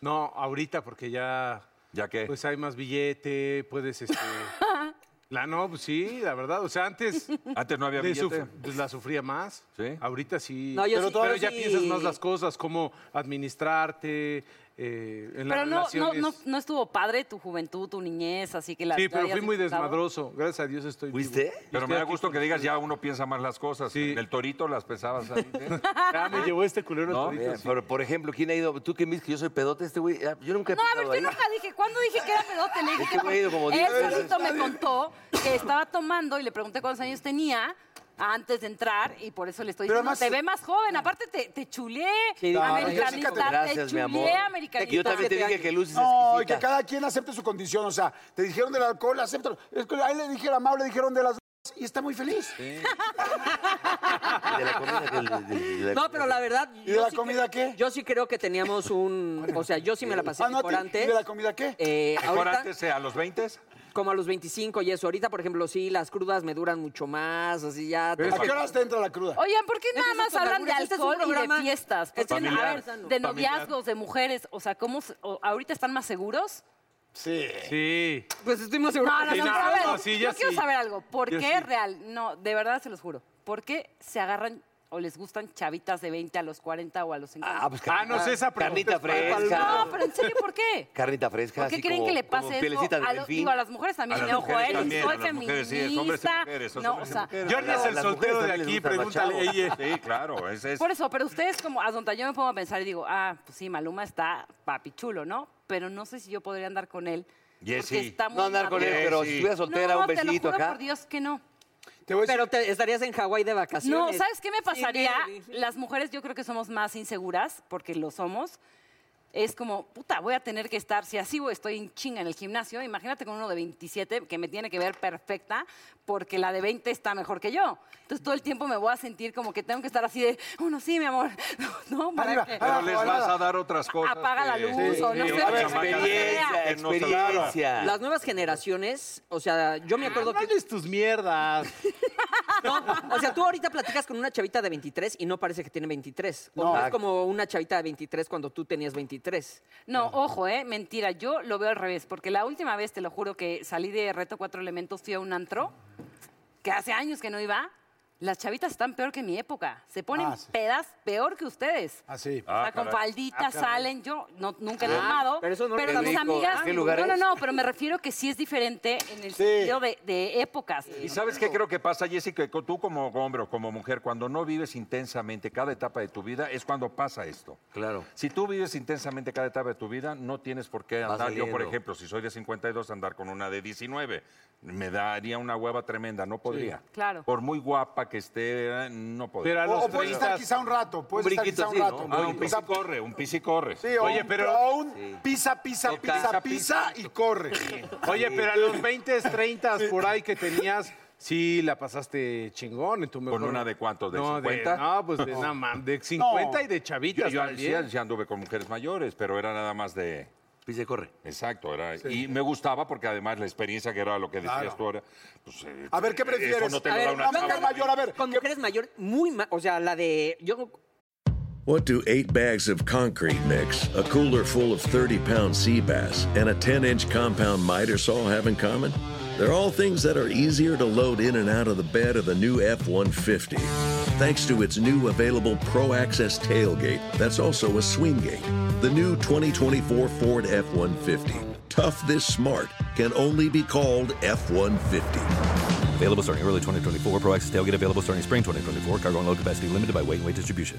Speaker 3: No, ahorita, porque ya.
Speaker 4: ¿Ya qué?
Speaker 3: Pues hay más billete, puedes este. La no, pues sí, la verdad. O sea, antes
Speaker 4: Antes no había
Speaker 3: le
Speaker 4: billete.
Speaker 3: suf- pues la sufría más.
Speaker 4: Sí.
Speaker 3: Ahorita sí.
Speaker 7: No, yo
Speaker 3: pero
Speaker 7: sí-
Speaker 3: todavía
Speaker 7: pero
Speaker 3: ya
Speaker 7: sí.
Speaker 3: piensas más las cosas, cómo administrarte, eh, en
Speaker 8: Pero
Speaker 3: las
Speaker 8: no, no,
Speaker 3: relaciones.
Speaker 8: no, no estuvo padre tu juventud, tu niñez, así que la
Speaker 3: Sí,
Speaker 8: la
Speaker 3: pero
Speaker 8: hayas
Speaker 3: fui muy
Speaker 8: disfrutado.
Speaker 3: desmadroso. Gracias a Dios estoy. vivo.
Speaker 5: ¿Fuiste?
Speaker 4: Pero me
Speaker 3: Estoy
Speaker 4: da
Speaker 3: aquí
Speaker 4: gusto
Speaker 3: con
Speaker 4: que digas, ya uno piensa más las cosas.
Speaker 3: Sí.
Speaker 4: Del torito las pensabas ahí. ¿sí?
Speaker 3: Ya me llevó este culero
Speaker 4: No,
Speaker 3: todito,
Speaker 5: Bien,
Speaker 3: sí.
Speaker 5: pero, por ejemplo, ¿quién ha ido? ¿Tú que me dices que yo soy pedote? Este güey, ah, yo nunca he
Speaker 8: No, a ver,
Speaker 5: pisado
Speaker 8: yo
Speaker 5: ahí.
Speaker 8: nunca dije, ¿cuándo dije que era pedote? Le
Speaker 5: Este
Speaker 8: dije,
Speaker 5: güey ha ido como diez
Speaker 8: él
Speaker 5: veces.
Speaker 8: solito me contó que estaba tomando y le pregunté cuántos años tenía antes de entrar y por eso le estoy
Speaker 9: Pero
Speaker 8: diciendo,
Speaker 9: además-
Speaker 8: te ve más joven, aparte te, te chuleé,
Speaker 7: Sí,
Speaker 9: Ah,
Speaker 7: no,
Speaker 8: americanista, te
Speaker 5: Gracias, mi amor.
Speaker 8: chuleé, americanista.
Speaker 5: Yo también te dije que luces
Speaker 9: No, y que
Speaker 5: exquisita.
Speaker 9: cada quien acepte su condición. O sea, te dijeron del alcohol, acéptalo. Es que a él le dijeron a Mau, le dijeron de las drogas y está muy feliz.
Speaker 5: De la comida que- de- de- de la-
Speaker 7: No, pero la verdad.
Speaker 9: ¿Y de
Speaker 7: yo
Speaker 9: la
Speaker 7: sí
Speaker 9: comida
Speaker 7: creo-
Speaker 9: qué?
Speaker 7: Yo sí creo que teníamos un. O sea, yo sí me la pasé
Speaker 9: Ah, no,
Speaker 7: mejor
Speaker 9: ¿y
Speaker 7: antes.
Speaker 9: de la comida qué?
Speaker 7: Eh,
Speaker 4: Mejor
Speaker 7: ahorita,
Speaker 4: antes, eh, a los 20.
Speaker 7: como a los 25 y eso. Ahorita, por ejemplo, sí, las crudas me duran mucho más, así ya.
Speaker 9: ¿A qué horas te entra la cruda?
Speaker 8: Oigan, ¿por qué nada
Speaker 7: Entonces,
Speaker 8: más
Speaker 7: estos
Speaker 8: hablan de
Speaker 7: albures, este es un
Speaker 8: alcohol y de
Speaker 7: programa-
Speaker 8: fiestas?
Speaker 7: Este
Speaker 8: Porque,
Speaker 7: es
Speaker 8: a
Speaker 7: familiar.
Speaker 8: ver, de noviazgos, de mujeres, o sea, ¿cómo, se- o- ahorita están más seguros?
Speaker 9: Sí.
Speaker 3: Sí.
Speaker 7: Pues estoy más seguro
Speaker 8: No, no,
Speaker 7: que
Speaker 8: no,
Speaker 3: Sí,
Speaker 8: pero
Speaker 3: no,
Speaker 8: a ver,
Speaker 3: no, sí,
Speaker 8: yo
Speaker 3: ya
Speaker 8: quiero
Speaker 3: sí.
Speaker 8: saber algo. ¿Por
Speaker 3: Ya
Speaker 8: qué
Speaker 3: sí.
Speaker 8: real? No, de verdad se los juro. ¿Por qué se agarran o les gustan chavitas de 20 a los 40 o a los 50?
Speaker 5: Ah, pues
Speaker 3: Ah, no sé, esa pregunta
Speaker 5: Carnita
Speaker 3: es para-
Speaker 5: fresca.
Speaker 8: no, pero en serio, ¿por qué?
Speaker 5: Carnita fresca.
Speaker 8: ¿Por qué
Speaker 5: así
Speaker 8: creen
Speaker 5: como-
Speaker 8: que le
Speaker 5: como
Speaker 8: pase eso?
Speaker 5: pielecita de
Speaker 8: A, lo-
Speaker 5: delfín.
Speaker 8: digo, a las mujeres también,
Speaker 4: A las
Speaker 8: me ojo,
Speaker 4: mujeres
Speaker 8: ¿eh?
Speaker 4: también, a
Speaker 8: soy
Speaker 4: las mujeres, sí,
Speaker 8: feminista.
Speaker 4: es hombres y mujeres, son
Speaker 8: no, o
Speaker 4: hombres y
Speaker 8: sea,
Speaker 4: mujeres.
Speaker 3: Jordi es
Speaker 5: Las
Speaker 3: el
Speaker 5: mujeres
Speaker 3: soltero de
Speaker 5: también les
Speaker 3: aquí,
Speaker 5: gustan los
Speaker 3: pregúntale.
Speaker 5: chavos.
Speaker 3: Ella.
Speaker 4: Sí, claro. Ese es...
Speaker 8: Por eso, pero ustedes como a donde yo me pongo a pensar y digo, ah, pues sí, Maluma está papi chulo, ¿no? Pero no sé si yo podría andar con él.
Speaker 4: Yes,
Speaker 8: porque
Speaker 4: sí.
Speaker 8: está muy
Speaker 5: No andar con él,
Speaker 4: Sí,
Speaker 8: maduro.
Speaker 5: pero
Speaker 4: sí.
Speaker 5: si estuviera soltera,
Speaker 8: no,
Speaker 5: un
Speaker 8: te lo
Speaker 5: besito
Speaker 8: juro
Speaker 5: acá.
Speaker 8: por Dios que no.
Speaker 9: Te voy a decir-
Speaker 7: Pero te- estarías en Hawái de vacaciones.
Speaker 8: No, ¿sabes qué me
Speaker 7: Sí,
Speaker 8: pasaría?
Speaker 7: mira, sí.
Speaker 8: Las mujeres yo creo que somos más inseguras, porque lo somos. Es como, puta, voy a tener que estar, si así voy, estoy en chinga en el gimnasio, imagínate con uno de 27 que me tiene que ver perfecta, porque la de 20 está mejor que yo. Entonces todo el tiempo me voy a sentir como que tengo que estar así de, uno sí, mi amor, no, para
Speaker 9: Arriba,
Speaker 8: que-
Speaker 9: arriba.
Speaker 4: Pero les vas a dar otras cosas.
Speaker 8: Apaga la
Speaker 4: que-
Speaker 8: luz o no
Speaker 4: que
Speaker 8: sé,
Speaker 4: la
Speaker 8: otra
Speaker 4: chamaca
Speaker 5: Experiencia,
Speaker 4: que no se la-
Speaker 5: experiencia.
Speaker 7: Las nuevas generaciones, o sea, yo me acuerdo que.
Speaker 3: Hables tus mierdas.
Speaker 7: No, o sea, tú ahorita platicas con una chavita de 23 y no parece que tiene 23. O
Speaker 9: No.
Speaker 7: no es como una chavita de 23 cuando tú tenías 23.
Speaker 8: No, ojo, eh, mentira, yo lo veo al revés, porque la última vez, te lo juro, que salí de Reto Cuatro Elementos, fui a un antro, que hace años que no iba, las chavitas están peor que en mi época, se ponen
Speaker 9: Ah, sí.
Speaker 8: pedas peor que ustedes.
Speaker 9: Ah, sí.
Speaker 8: O sea,
Speaker 4: Ah,
Speaker 8: con
Speaker 4: caray.
Speaker 8: falditas salen, yo no, nunca he tomado,
Speaker 7: Ah, pero eso no- Qué
Speaker 8: mis
Speaker 5: rico.
Speaker 8: amigas,
Speaker 5: ¿A qué lugares?
Speaker 8: no, no, no, pero me refiero que sí es diferente en el
Speaker 9: Sí.
Speaker 8: sentido de, de épocas.
Speaker 4: ¿Y sabes qué creo que pasa, Jessica? Que tú como hombre o como mujer, cuando no vives intensamente cada etapa de tu vida, es cuando pasa esto.
Speaker 5: Claro.
Speaker 4: Si tú vives intensamente cada etapa de tu vida, no tienes por qué
Speaker 5: Vas
Speaker 4: andar. Yo, por
Speaker 5: saliendo.
Speaker 4: ejemplo, si soy de 52, andar con una de 19. Me daría una hueva tremenda, no podría.
Speaker 8: Claro.
Speaker 4: Por muy guapa que esté, eh, no podría.
Speaker 3: Pero a
Speaker 9: O,
Speaker 3: los
Speaker 9: o puedes estar
Speaker 3: 30.
Speaker 9: quizá un rato, puedes estar
Speaker 5: brinquito,
Speaker 9: quizá un
Speaker 5: sí,
Speaker 9: rato.
Speaker 5: ¿no?
Speaker 4: Ah, un
Speaker 9: O sea,
Speaker 4: pis y corre, un pis y corre.
Speaker 9: Sí, o
Speaker 3: Oye,
Speaker 9: un-
Speaker 3: pero-
Speaker 9: o un pisa, pisa,
Speaker 5: Toca.
Speaker 9: pisa, pisa y corre.
Speaker 3: Oye, pero a los 20, 30 por ahí que tenías, sí la pasaste chingón en tu mejor...
Speaker 4: una de cuánto? ¿De
Speaker 3: no,
Speaker 4: 50?
Speaker 3: no, pues de, nada más, de 50 y de chavitas
Speaker 4: Yo, yo sí,
Speaker 3: también.
Speaker 4: ya anduve con mujeres mayores, pero era nada más de... Pise corre. Exacto, era. Y me gustaba porque además la experiencia que era lo que decías
Speaker 7: Claro.
Speaker 4: tú ahora. Pues, eh,
Speaker 7: A ver, ¿qué
Speaker 4: eso
Speaker 7: prefieres?
Speaker 4: no te
Speaker 7: A
Speaker 4: lo da
Speaker 7: ver,
Speaker 4: una
Speaker 7: una
Speaker 4: chava.
Speaker 7: mujer mayor, a ver. Con mujeres mayor, muy ma- O sea, la de. Yo
Speaker 10: What do eight bags of concrete mix, a cooler full of 30 pound sea bass, and a 10 inch compound miter saw have in common? They're all things that are easier to load in and out of the bed of the new F 150, thanks to its new available Pro Access tailgate that's also a swing gate. The new 2024 Ford F 150. Tough this smart can only be called F 150.
Speaker 1: Available starting early 2024. Pro Access tailgate available starting spring 2024. Cargo and load capacity limited by weight and weight distribution.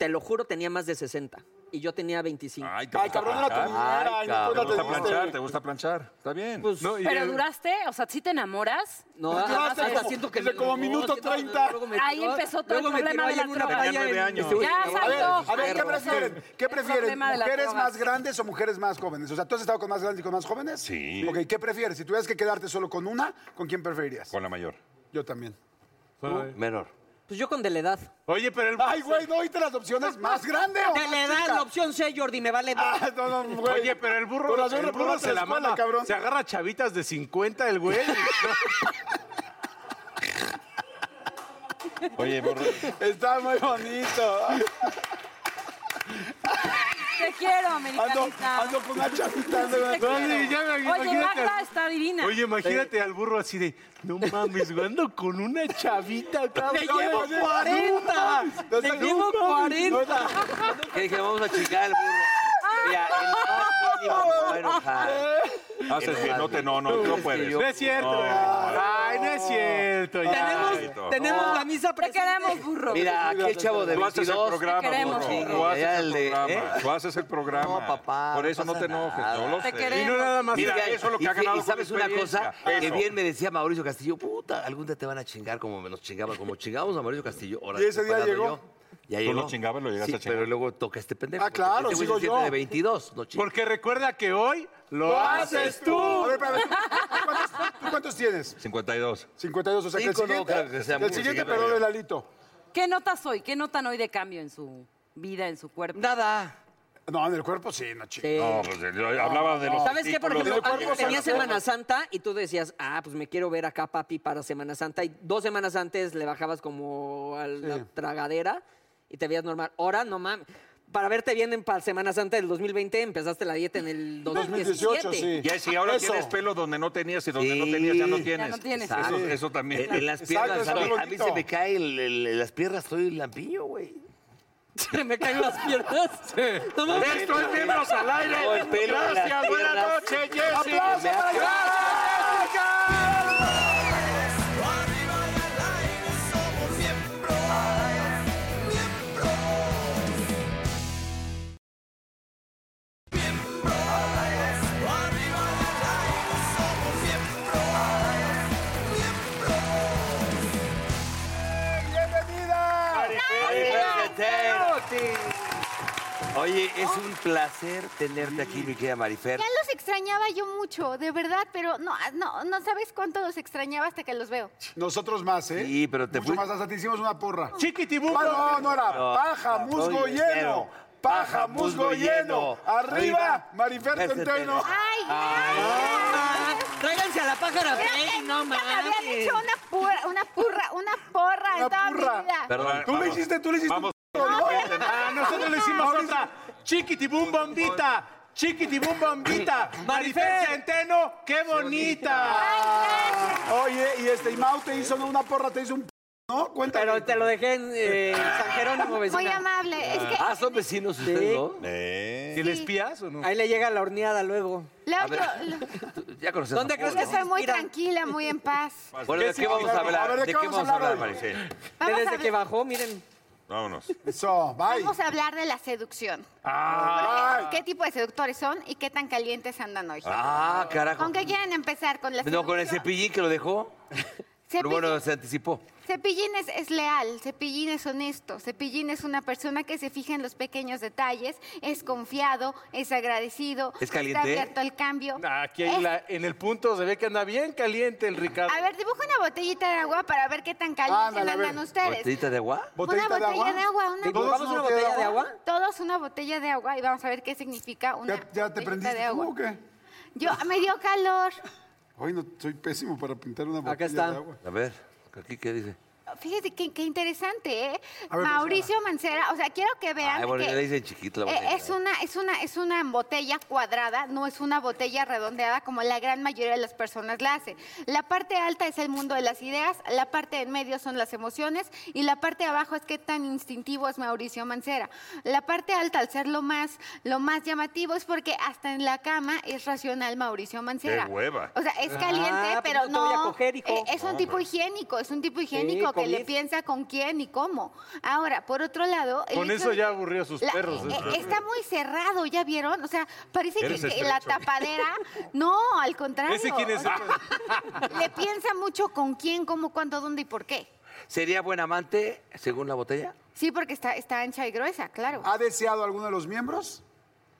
Speaker 7: te lo juro, tenía más de 60. Y yo tenía 25. Ay,
Speaker 4: cabrón, era tu niñera, Ay, ay,
Speaker 7: pues
Speaker 4: no, cabrón. ¿Te gusta planchar? ¿Te
Speaker 7: gusta planchar? Está bien.
Speaker 8: Pero duraste, o sea, ¿sí te enamoras?
Speaker 7: No, hasta- hasta siento que
Speaker 8: me
Speaker 7: me- no, siento- luego me
Speaker 8: Ahí
Speaker 7: tiró-
Speaker 8: empezó todo el
Speaker 7: luego me tiró
Speaker 8: problema de la
Speaker 7: ahí en una
Speaker 8: droga.
Speaker 7: playa Tenía nueve en- años.
Speaker 9: Uy,
Speaker 8: Ya,
Speaker 9: a ver,
Speaker 8: exacto.
Speaker 9: a ver, ¿qué
Speaker 8: Pero-
Speaker 9: prefieren? ¿Qué
Speaker 8: El
Speaker 9: prefieren?
Speaker 8: problema de las
Speaker 9: ¿Mujeres
Speaker 8: drogas.
Speaker 9: más grandes o mujeres más jóvenes? O sea, ¿tú has estado con más grandes y con más jóvenes? Sí. Ok, ¿qué prefieres? Si tuvieras que quedarte solo con una, ¿con quién preferirías?
Speaker 4: Con la mayor.
Speaker 9: Yo también.
Speaker 4: Menor.
Speaker 7: Pues yo con de la edad.
Speaker 3: Oye, pero el.
Speaker 9: Ay, güey, no, oíste las opciones más grande o
Speaker 7: De
Speaker 9: más
Speaker 7: la edad,
Speaker 9: chica?
Speaker 7: la opción C, Jordi, me vale.
Speaker 9: Ah, no, no, güey.
Speaker 3: Oye, pero el burro,
Speaker 9: Con razón,
Speaker 3: el
Speaker 9: el
Speaker 3: burro
Speaker 9: burro
Speaker 3: se
Speaker 9: se
Speaker 3: la
Speaker 9: escuela,
Speaker 3: manda,
Speaker 9: cabrón.
Speaker 3: Se agarra chavitas de 50 el güey.
Speaker 4: Oye, burro.
Speaker 9: Está muy bonito.
Speaker 8: Te quiero, americanista.
Speaker 9: ando con una
Speaker 3: chavita,
Speaker 8: Sí, te
Speaker 3: no, oye, ya
Speaker 8: quiero.
Speaker 3: me-
Speaker 8: Oye,
Speaker 3: imagínate.
Speaker 8: Magda está divina.
Speaker 3: Oye, imagínate al burro así de, no mames, güey, ando con una chavita, cabrón.
Speaker 7: ¡Le llevo 40!
Speaker 3: No,
Speaker 7: ¡Le
Speaker 3: no,
Speaker 7: llevo
Speaker 3: no,
Speaker 7: 40!
Speaker 5: Que dije, vamos a chingar al burro. Mira, el más mínimo me va a enojar.
Speaker 4: Haces bien, no te, no, no, no puedes.
Speaker 3: No es cierto, güey. Ay, no es cierto. ya. Oh.
Speaker 7: Tenemos, tenemos la misa presente. queremos, burro.
Speaker 5: Mira, aquí el chavo de
Speaker 4: Tú haces el
Speaker 5: 22.
Speaker 4: programa,
Speaker 5: Te queremos,
Speaker 4: burro.
Speaker 5: burro.
Speaker 4: Tú haces
Speaker 5: Ya
Speaker 4: el
Speaker 5: el de-
Speaker 4: programa.
Speaker 5: ¿eh?
Speaker 4: Tú haces el programa.
Speaker 5: No, papá,
Speaker 4: Por
Speaker 5: no
Speaker 4: eso no, te
Speaker 5: pasa
Speaker 4: enojes. Yo lo
Speaker 5: Te
Speaker 4: sé.
Speaker 5: queremos.
Speaker 4: Mira,
Speaker 5: Ah, Mira,
Speaker 4: eso es lo que
Speaker 5: y
Speaker 4: ha ganado
Speaker 5: Y
Speaker 4: con
Speaker 5: sabes una cosa,
Speaker 4: experiencia.
Speaker 5: que
Speaker 4: Eso.
Speaker 5: bien me decía Mauricio Castillo, puta, algún día te van a chingar como me nos chingaba, como chingamos a Mauricio Castillo. Ahora
Speaker 9: Y ese día
Speaker 5: estoy pagando
Speaker 9: llegó.
Speaker 5: yo. Ya
Speaker 4: Tú
Speaker 5: llegó.
Speaker 4: lo chingabas, lo llegaste
Speaker 5: Sí,
Speaker 4: a chingar.
Speaker 5: pero luego toca este pendejo.
Speaker 9: Ah, claro,
Speaker 5: Este güey
Speaker 9: sigo
Speaker 5: se siente
Speaker 9: yo.
Speaker 5: de 22, no chingas.
Speaker 3: Porque recuerda que hoy lo,
Speaker 9: ¡Lo
Speaker 3: haces tú.
Speaker 9: A ver, espérame. ¿Tú ¿Cuántos, tú cuántos tienes?
Speaker 4: 52.
Speaker 9: 52, o sea, que el
Speaker 5: Cinco, no
Speaker 9: siguiente,
Speaker 5: creo que sea
Speaker 9: el
Speaker 5: mucho,
Speaker 9: siguiente
Speaker 5: siguiente,
Speaker 9: perdón
Speaker 5: pero-
Speaker 9: el alito.
Speaker 8: ¿Qué notas hoy? ¿Qué notan hoy de cambio en su vida, en su cuerpo?
Speaker 5: Nada.
Speaker 9: No, en el cuerpo sí, no chico.
Speaker 4: No, pues yo hablaba de los.
Speaker 7: ¿Sabes qué? Por
Speaker 4: testículos,
Speaker 7: ejemplo,
Speaker 4: de los
Speaker 7: antes tenía
Speaker 4: cuerpos, de los
Speaker 7: Semana Santa y tú decías, ah, pues me quiero ver acá, papi, para Semana Santa. Y dos semanas antes le bajabas como a la tragadera y te veías normal. Ahora, no mames. Para verte bien en para Semana Santa del 2020, empezaste la dieta en el 2017.
Speaker 9: 2018, sí.
Speaker 4: Ya, si ahora
Speaker 9: Eso.
Speaker 4: tienes pelo donde no tenías y donde no
Speaker 5: Sí.
Speaker 4: tenías, ya no
Speaker 5: Ya
Speaker 4: tienes.
Speaker 8: no tienes.
Speaker 4: Eso,
Speaker 5: Sí.
Speaker 4: eso también.
Speaker 5: En, en las
Speaker 9: Exacto,
Speaker 5: piernas,
Speaker 9: está
Speaker 5: a, mí, a mí
Speaker 9: bonito.
Speaker 5: se me caen las piernas, soy lampiño, güey.
Speaker 7: Se me caen las piernas. No mames.
Speaker 3: Esto es miembros al aire.
Speaker 5: Tengo el pelo en las
Speaker 3: Gracias, buenas
Speaker 5: piernas.
Speaker 3: noches, Jessy.
Speaker 9: ¡Aplauso para Bienvenida.
Speaker 5: Oye, es un placer tenerte aquí, mi querida Marifer.
Speaker 11: Ya los extrañaba yo mucho, de verdad, pero no, ah, no, no sabes cuánto los extrañaba hasta que los veo.
Speaker 9: Nosotros más, ¿eh?
Speaker 5: Sí, pero te
Speaker 9: Mucho
Speaker 5: fui-
Speaker 9: más, hasta te hicimos una porra.
Speaker 3: Chiquitibuco.
Speaker 9: Pa- No, no era.
Speaker 5: No,
Speaker 9: Paja,
Speaker 5: no,
Speaker 9: musgo
Speaker 5: soy
Speaker 9: lleno.
Speaker 5: entero.
Speaker 9: Paja, musgo lleno. Arriba, Marifer
Speaker 5: Ese
Speaker 9: Centeno.
Speaker 5: entero.
Speaker 11: Ay,
Speaker 7: Ah, Tráiganse a la pájara, Peggy, no
Speaker 11: nunca me había
Speaker 7: mames.
Speaker 11: dicho una purra, una purra, una porra
Speaker 9: Una
Speaker 11: en toda
Speaker 9: purra.
Speaker 11: mi vida.
Speaker 5: Perdón.
Speaker 9: Tú le hiciste, tú le hiciste.
Speaker 4: Vamos.
Speaker 3: Ah, nosotros le hicimos otra. Chiquitibum bombita. Chiquitibum bombita. Marifé Centeno, qué bonita.
Speaker 9: Oye, y este, y Mau te hizo no, una porra, te hizo un... p- ¿No? Cuéntame.
Speaker 7: Pero te lo dejé en eh, San Jerónimo,
Speaker 11: Muy
Speaker 7: vecina.
Speaker 11: amable. Es que
Speaker 5: Ah, son vecinos ustedes,
Speaker 7: Sí.
Speaker 5: ¿no?
Speaker 3: Eh. ¿Y le espías o no?
Speaker 5: Ah,
Speaker 7: Ahí le llega la horneada luego.
Speaker 11: luego Leo,
Speaker 5: A ver,
Speaker 11: yo-
Speaker 5: Ya conoces a
Speaker 11: ¿Dónde
Speaker 5: Paul,
Speaker 11: yo
Speaker 5: ¿no?
Speaker 11: soy muy tranquila, muy en paz.
Speaker 5: Bueno, ¿de qué vamos a hablar? ¿De qué vamos a hablar, Maricel?
Speaker 11: Vamos a
Speaker 7: Desde
Speaker 11: hablar-
Speaker 7: que bajó, miren.
Speaker 4: Vámonos.
Speaker 9: Eso,
Speaker 11: Vamos a hablar de la seducción. ¿Qué tipo de seductores son y qué tan calientes andan hoy?
Speaker 5: Ah, carajo.
Speaker 11: ¿Con qué quieren empezar? Con la
Speaker 5: No, con el
Speaker 11: seducción?
Speaker 5: cepillín que lo dejó. Pero
Speaker 11: Cepillín-
Speaker 5: bueno, se anticipó.
Speaker 11: Cepillín es, es leal, Cepillín es honesto, Cepillín es una persona que se fija en los pequeños detalles, es confiado, es agradecido,
Speaker 3: ¿Es caliente?
Speaker 11: está abierto al cambio.
Speaker 3: Aquí hay
Speaker 11: Es-
Speaker 3: la- en el punto se ve que anda bien caliente el Ricardo.
Speaker 11: A ver, dibuja una botellita de agua para ver qué tan calientes
Speaker 3: Ándale, a ver.
Speaker 11: andan ustedes.
Speaker 5: ¿Botellita de agua?
Speaker 11: una botella de agua, una
Speaker 9: ¿Todos ¿Vamos una botella de agua?
Speaker 11: Todos una botella de agua y vamos a ver qué significa una
Speaker 9: ¿Ya, ya te
Speaker 11: botellita
Speaker 9: prendiste
Speaker 11: de agua.
Speaker 9: tú o qué?
Speaker 11: Yo me dio calor.
Speaker 9: Hoy no, soy pésimo para pintar una botella
Speaker 7: está.
Speaker 9: de agua.
Speaker 5: A ver, aquí qué dice.
Speaker 11: Fíjate qué, qué interesante, ¿eh?
Speaker 5: A ver,
Speaker 11: Mauricio Mancera, o sea, quiero que vean
Speaker 5: Ay, Ah, bueno,
Speaker 11: que
Speaker 5: ya le dicen chiquita la
Speaker 11: Ah, eh,
Speaker 5: botella.
Speaker 11: es una es una es una botella cuadrada, no es una botella redondeada como la gran mayoría de las personas la hace. La parte alta es el mundo de las ideas, la parte en medio son las emociones y la parte de abajo es qué tan instintivo es Mauricio Mancera. La parte alta al ser lo más lo más llamativo es porque hasta en la cama es racional Mauricio Mancera.
Speaker 4: hueva.
Speaker 11: O sea, es caliente,
Speaker 7: Ah, pues no
Speaker 11: pero
Speaker 7: te voy a
Speaker 11: no.
Speaker 7: coger, hijo.
Speaker 11: eh, Es un tipo
Speaker 7: Hombre.
Speaker 11: higiénico, es un tipo higiénico que le
Speaker 7: comí.
Speaker 11: piensa con quién y cómo. Ahora, por otro lado. el
Speaker 3: Con
Speaker 11: hecho
Speaker 3: eso
Speaker 11: de-
Speaker 3: ya aburrió a sus
Speaker 11: la-
Speaker 3: perros. este.
Speaker 11: eh, está muy cerrado, ¿ya vieron? O sea, parece que,
Speaker 3: Eres
Speaker 11: que la
Speaker 3: estrecho.
Speaker 11: tapadera. No, al contrario.
Speaker 5: ¿Ese quién es?
Speaker 11: o sea, le piensa mucho con quién, cómo, cuándo, dónde y por qué.
Speaker 5: ¿Sería buen amante según la botella?
Speaker 11: Sí, porque está, está ancha y gruesa, claro.
Speaker 9: ¿Ha deseado alguno de los miembros?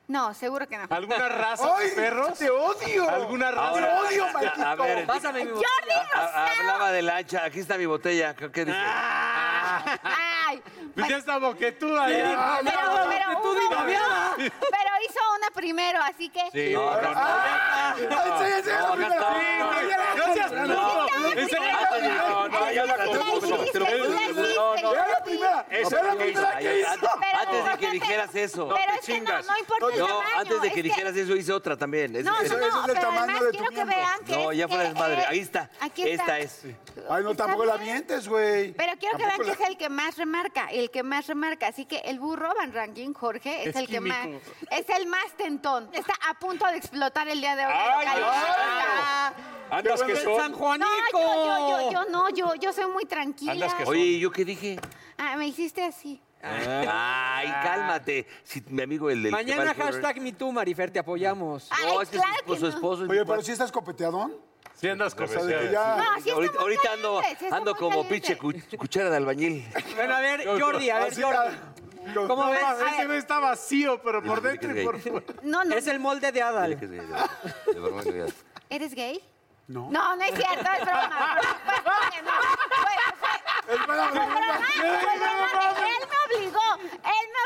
Speaker 11: No, seguro que no.
Speaker 3: ¿Alguna raza de
Speaker 9: ¡Ay,
Speaker 3: perros?
Speaker 9: ¡Te odio!
Speaker 3: ¿Alguna raza?
Speaker 5: Ahora,
Speaker 3: ¡Te
Speaker 5: a- a ver, Pásame mi
Speaker 11: botella.
Speaker 5: A- a- Hablaba de la ancha. Aquí está mi botella. ¿Qué qué dice?
Speaker 11: Ay,
Speaker 3: Ah, Pues ya está boquetuda.
Speaker 5: Sí,
Speaker 3: ya.
Speaker 5: no,
Speaker 11: pero,
Speaker 5: no,
Speaker 11: pero
Speaker 5: tú
Speaker 11: hubo-
Speaker 5: dime, mira.
Speaker 11: pero hizo una primero, así que.
Speaker 5: Sí, no, no, no.
Speaker 11: Ah,
Speaker 5: sí, sí,
Speaker 3: No,
Speaker 5: primero.
Speaker 3: acá está. Sí, no seas
Speaker 5: No,
Speaker 3: tonto.
Speaker 5: no,
Speaker 3: En serio,
Speaker 5: no, no, yo la conozco. No, no.
Speaker 11: Era la
Speaker 9: primera.
Speaker 5: Eso
Speaker 3: Era la
Speaker 5: que hizo,
Speaker 3: primera que
Speaker 5: ahí,
Speaker 3: hizo.
Speaker 5: antes- Antes de que dijeras eso.
Speaker 11: Pero es que no, no importa el
Speaker 5: No,
Speaker 11: tamaño,
Speaker 5: antes de
Speaker 11: es
Speaker 5: que dijeras eso hice otra también. Es-
Speaker 11: No, no,
Speaker 5: es-
Speaker 11: no, pero además quiero que vean que
Speaker 5: No,
Speaker 11: es-
Speaker 5: ya fue
Speaker 11: que
Speaker 5: desmadre.
Speaker 11: es-
Speaker 5: Ahí está.
Speaker 11: Aquí
Speaker 5: Esta
Speaker 11: está.
Speaker 5: es.
Speaker 9: Ay, no, tampoco la mientes, güey.
Speaker 11: Pero quiero que vean
Speaker 9: Tampoco
Speaker 11: que
Speaker 9: la-
Speaker 11: es el que más remarca, el que más remarca. Así que el burro Van Ranking, Jorge, es,
Speaker 9: Es
Speaker 11: el que más,
Speaker 9: químico.
Speaker 11: es el más tentón. Está a punto de explotar el día de hoy.
Speaker 2: Ay,
Speaker 11: Lo calienta.
Speaker 2: Andas que son.
Speaker 11: No, yo, yo, yo, yo no, yo, yo soy muy tranquila.
Speaker 5: Andas que Ah. Oye, ¿y yo qué dije?
Speaker 11: Ah, me hiciste así. Ah.
Speaker 5: Ay, cálmate. Si mi amigo el del.
Speaker 7: Mañana hashtag MeToo, Marifer, te apoyamos.
Speaker 5: No, este es que su esposo, su esposo pues es mi
Speaker 9: Oye, pero
Speaker 5: cuate.
Speaker 9: si estás copeteadón.
Speaker 3: Sí andas
Speaker 9: O sea, de que ya-
Speaker 11: No, sí está
Speaker 5: ahorita,
Speaker 11: muy
Speaker 5: ahorita ando,
Speaker 11: caliente, sí está
Speaker 5: ando
Speaker 11: muy
Speaker 5: como
Speaker 11: caliente.
Speaker 5: pinche cu- cuchara de albañil.
Speaker 7: Bueno, a ver, Jordi, a ver,
Speaker 9: Así,
Speaker 7: Jordi. ¿Cómo
Speaker 3: No,
Speaker 7: ves?
Speaker 3: mames,
Speaker 7: A
Speaker 3: Ese
Speaker 7: ver,
Speaker 3: no está vacío, pero por
Speaker 5: Dile que
Speaker 3: dentro
Speaker 5: es
Speaker 3: y por
Speaker 5: gay.
Speaker 3: fuera.
Speaker 11: No, no,
Speaker 7: Es el molde de Adal.
Speaker 5: Dile que es gay, de verdad que es gay.
Speaker 11: ¿Eres gay?
Speaker 9: No.
Speaker 11: No, no es cierto, es broma. Fue- fue- no, fue- fue-
Speaker 9: Es broma,
Speaker 11: fue broma, fue broma. Él me obligó, él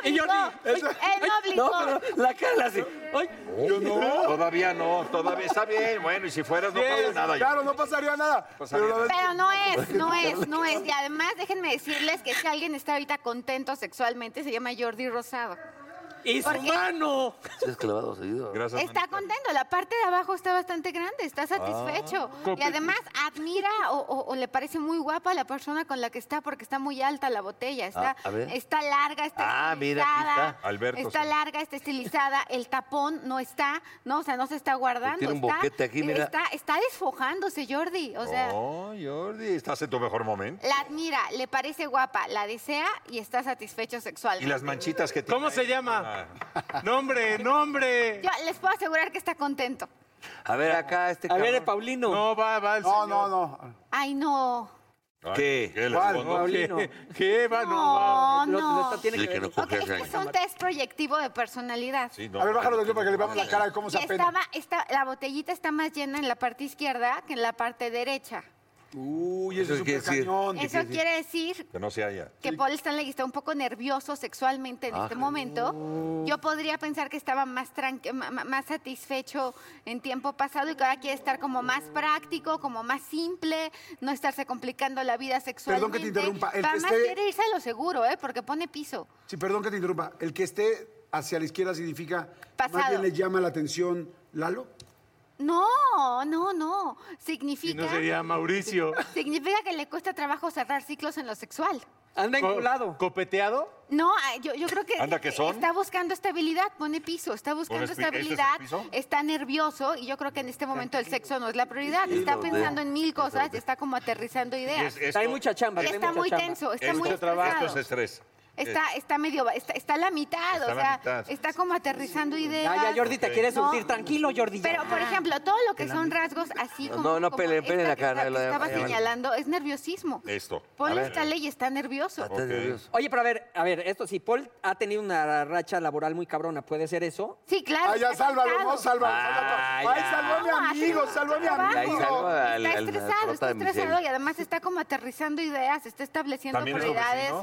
Speaker 11: me
Speaker 7: Y
Speaker 11: obligó,
Speaker 7: Jordi,
Speaker 11: él me
Speaker 7: No,
Speaker 11: obligó.
Speaker 7: pero la cara la hace. Ay,
Speaker 9: Yo no.
Speaker 4: Todavía no, todavía está bien. Bueno, y si fueras no pasa
Speaker 9: Yes,
Speaker 4: nada.
Speaker 9: claro, no pasaría nada.
Speaker 4: Pasaría
Speaker 9: pero la
Speaker 11: Pero no es, no es, no es. Y además, déjenme decirles que si alguien está ahorita contento sexualmente, se llama Jordi Rosado.
Speaker 7: ¡Y su
Speaker 11: ¿Por qué?
Speaker 7: mano!
Speaker 5: Sí, es clavado seguido.
Speaker 4: Gracias.
Speaker 11: Está contento, la parte de abajo está bastante grande, está satisfecho.
Speaker 5: Ah,
Speaker 11: y además admira o, o- o le parece muy guapa la persona con la que está porque está muy alta la botella, está,
Speaker 5: Ah, a ver.
Speaker 11: está larga, está
Speaker 5: Ah, mira, aquí
Speaker 11: estilizada.
Speaker 5: está. Alberto,
Speaker 11: está
Speaker 5: sí.
Speaker 11: larga, está estilizada, el tapón no está, no, o sea, no se está guardando.
Speaker 5: Tiene un
Speaker 11: está-
Speaker 5: boquete aquí, mira.
Speaker 11: Está, está desfojándose, Jordi. O sea,
Speaker 4: Oh, Jordi, estás en tu mejor momento.
Speaker 11: la admira, le parece guapa, la desea y está satisfecho
Speaker 4: Y
Speaker 11: sexualmente.
Speaker 4: las manchitas que tiene.
Speaker 3: ¿Cómo se llama?
Speaker 5: Ah.
Speaker 3: Nombre, nombre.
Speaker 11: Yo les puedo asegurar que está contento.
Speaker 5: A ver, acá este
Speaker 7: A ver,
Speaker 5: cabrón.
Speaker 7: Paulino.
Speaker 3: No, va, va el
Speaker 9: No,
Speaker 3: señor.
Speaker 9: no, no.
Speaker 11: Ay, no.
Speaker 5: ¿Qué?
Speaker 4: ¿Qué les
Speaker 9: ¿Cuál?
Speaker 4: pongo?
Speaker 7: Paulino.
Speaker 3: ¿Qué, qué va, no va?
Speaker 11: No,
Speaker 7: Lo- lo
Speaker 11: no.
Speaker 7: está- tiene
Speaker 5: Sí,
Speaker 7: que
Speaker 5: que
Speaker 7: ver.
Speaker 5: no
Speaker 11: Ok,
Speaker 5: coge
Speaker 11: es que es un test proyectivo de personalidad.
Speaker 4: Sí, no,
Speaker 9: A ver, bájalo de aquí para que le veamos la
Speaker 4: Sí.
Speaker 9: cara de cómo
Speaker 11: Y
Speaker 9: se apena.
Speaker 11: estaba, esta- la botellita está más llena en la parte izquierda que en la parte derecha.
Speaker 9: Uy,
Speaker 5: Eso
Speaker 9: eso es
Speaker 5: quiere
Speaker 9: súper
Speaker 5: decir-
Speaker 9: cañón.
Speaker 11: Eso quiere decir
Speaker 4: Que no se haya.
Speaker 11: que Paul Stanley está un poco nervioso sexualmente en
Speaker 5: Ah,
Speaker 11: este momento. Yo podría pensar que estaba más, tranqui- ma- ma- más satisfecho en tiempo pasado y que ahora quiere estar como más práctico, como más simple, no estarse complicando la vida sexualmente.
Speaker 9: Perdón que te interrumpa, el
Speaker 11: Pero
Speaker 9: que
Speaker 11: además
Speaker 9: esté-
Speaker 11: quiere irse a lo seguro, ¿eh? porque pone piso.
Speaker 9: Sí, perdón que te interrumpa. El que esté hacia la izquierda significa
Speaker 11: Pasado.
Speaker 9: más bien le llama la atención Lalo.
Speaker 11: No, no, no.
Speaker 3: Si
Speaker 11: Significa,
Speaker 3: no sería Mauricio.
Speaker 11: significa que le cuesta trabajo cerrar ciclos en lo sexual.
Speaker 7: Anda
Speaker 3: enculado. ¿Copeteado?
Speaker 11: No, ah, yo, yo creo que,
Speaker 3: Anda, que son.
Speaker 11: está buscando estabilidad, pone piso, está buscando
Speaker 3: Pone pi- ¿ese es el
Speaker 11: estabilidad,
Speaker 3: piso?
Speaker 11: está nervioso y yo creo que en este momento el sexo no es la prioridad, está
Speaker 5: Tranquilo,
Speaker 11: pensando
Speaker 5: Leo.
Speaker 11: en mil cosas y está como aterrizando ideas.
Speaker 4: Es- esto- Hay mucha chamba,
Speaker 11: Y
Speaker 4: hay
Speaker 11: Está
Speaker 4: mucha
Speaker 11: muy
Speaker 4: chamba.
Speaker 11: tenso, está
Speaker 3: Este
Speaker 4: Esto-
Speaker 11: muy
Speaker 4: Esto es
Speaker 11: estresado.
Speaker 4: estrés.
Speaker 11: Está, está medio, está, está a la mitad,
Speaker 4: Está a
Speaker 11: o
Speaker 4: la
Speaker 11: sea,
Speaker 4: mitad.
Speaker 11: está como aterrizando ideas.
Speaker 7: Ya, ya, Jordi, te
Speaker 11: Ok.
Speaker 7: quieres
Speaker 11: No.
Speaker 7: surtir. Tranquilo, Jordi. ya.
Speaker 11: Pero, por ejemplo, todo lo que son rasgos así
Speaker 5: No,
Speaker 11: como.
Speaker 5: Ah, no, no
Speaker 11: como
Speaker 5: peleen,
Speaker 11: esta
Speaker 5: peleen acá,
Speaker 11: que está-
Speaker 5: la-
Speaker 11: que
Speaker 5: la-
Speaker 11: estaba
Speaker 5: la-
Speaker 11: señalando, es nerviosismo.
Speaker 4: Esto.
Speaker 11: Paul
Speaker 7: A ver.
Speaker 11: está ley y está nervioso.
Speaker 5: Ah,
Speaker 7: Oye, pero a ver, a ver, esto sí, Paul ha tenido una racha laboral muy cabrona, ¿puede ser eso?
Speaker 11: Sí, claro.
Speaker 9: Ay, Ah, ya
Speaker 11: está
Speaker 9: sálvalo,
Speaker 11: cansado.
Speaker 9: no, sálvalo,
Speaker 7: Ah,
Speaker 9: sálvalo. Ay,
Speaker 7: ya.
Speaker 9: salvó a mi
Speaker 11: No,
Speaker 9: amigo,
Speaker 11: así no
Speaker 9: salvó a mi
Speaker 11: trabajo.
Speaker 9: amigo.
Speaker 11: Está estresado, está estresado y además está como aterrizando ideas, está estableciendo
Speaker 9: También es
Speaker 11: prioridades.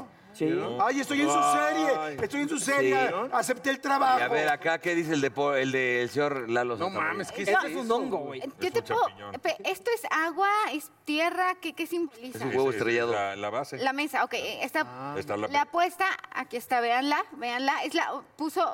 Speaker 9: Ay, estoy en su
Speaker 5: Oh. Ay.
Speaker 9: serie. Estoy en su serie.
Speaker 5: Sí.
Speaker 9: Acepté el
Speaker 5: Y
Speaker 9: trabajo.
Speaker 5: a ver, acá, ¿qué dice el de po- el del señor Lalo
Speaker 9: No
Speaker 5: Santamaría?
Speaker 9: mames, ¿qué
Speaker 11: Eso es un
Speaker 7: hongo, güey.
Speaker 11: Yo te puedo- pe- esto es agua, es tierra, ¿qué, qué simboliza?
Speaker 5: Es un huevo estrellado.
Speaker 4: La, la base.
Speaker 11: La mesa, ok. Está,
Speaker 3: Ah.
Speaker 4: Está la-
Speaker 11: la apuesta, aquí está, véanla, véanla. Es la, puso,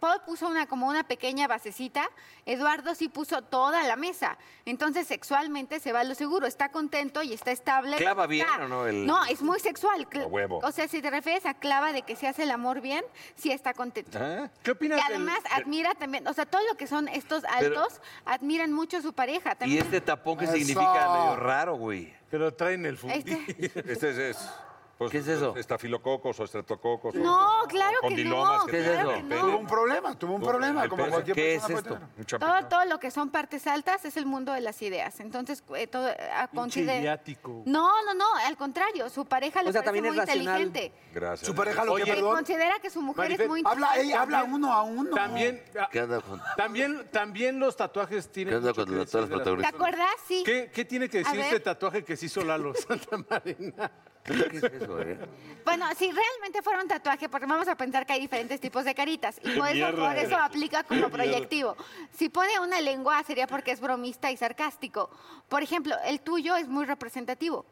Speaker 11: Paul puso una, como una pequeña basecita, Eduardo sí puso toda la mesa. Entonces, sexualmente se va a lo seguro, está contento y está estable.
Speaker 5: ¿Clava bien
Speaker 11: Está-
Speaker 5: o no el-
Speaker 11: No, es muy sexual. cl-
Speaker 5: A huevo.
Speaker 11: O sea, si te refieres a clava de que se hace el amor bien, sí está contento.
Speaker 5: ¿Eh?
Speaker 3: ¿Qué opinas
Speaker 11: Y
Speaker 3: del-
Speaker 11: además admira también, o sea, todo lo que son estos altos, admiran mucho a su pareja.
Speaker 5: Y
Speaker 11: También
Speaker 5: este tapón que
Speaker 11: Eso.
Speaker 5: significa medio raro, güey.
Speaker 3: Que lo traen el
Speaker 11: fundí.
Speaker 4: Este es. es- pues, ¿Qué es eso? Estafilococos o estreptococos.
Speaker 11: No, claro que
Speaker 4: condilomas
Speaker 11: no,
Speaker 4: que
Speaker 11: ¿Qué es
Speaker 4: tienen
Speaker 11: eso?
Speaker 4: el pene.
Speaker 9: Tuvo un problema, tuvo un problema.
Speaker 4: el
Speaker 9: Como
Speaker 4: pene.
Speaker 9: cualquier
Speaker 4: ¿Qué es
Speaker 9: persona puede
Speaker 4: esto?
Speaker 9: tener.
Speaker 4: Un chapuzón.
Speaker 11: Todo, todo lo que son partes altas es el mundo de las ideas. Entonces, eh, todo eh, a consider-
Speaker 3: ideático.
Speaker 11: No, no, no, al contrario, su pareja le
Speaker 7: O sea,
Speaker 11: parece
Speaker 7: también
Speaker 11: muy
Speaker 7: es racional.
Speaker 11: inteligente.
Speaker 4: Gracias.
Speaker 9: Su pareja lo que,
Speaker 11: Porque
Speaker 9: perdón.
Speaker 11: considera que su mujer
Speaker 3: Maribel,
Speaker 11: es muy
Speaker 9: habla,
Speaker 11: inteligente.
Speaker 9: ey, habla uno a uno.
Speaker 3: También, ah,
Speaker 5: ¿Qué anda con,
Speaker 3: también, también los tatuajes tienen.
Speaker 5: ¿Qué onda
Speaker 3: mucho
Speaker 5: con
Speaker 3: que
Speaker 5: los
Speaker 3: decir de
Speaker 5: tatuajes
Speaker 3: las
Speaker 5: protagonistas?
Speaker 3: personas.
Speaker 11: ¿Te acuerdas? Sí.
Speaker 3: ¿Qué, qué tiene que
Speaker 11: A
Speaker 3: decir
Speaker 11: ver.
Speaker 3: este tatuaje que se hizo Lalo Santa Marina?
Speaker 5: ¿Qué es eso, eh?
Speaker 11: Bueno, si realmente fuera un tatuaje, porque vamos a pensar que hay diferentes tipos de caritas. Y por eso,
Speaker 3: Mierda
Speaker 11: por
Speaker 3: eres.
Speaker 11: eso aplica como
Speaker 3: Mierda.
Speaker 11: proyectivo. Si pone una lengua sería porque es bromista y sarcástico. Por ejemplo, el tuyo es muy representativo.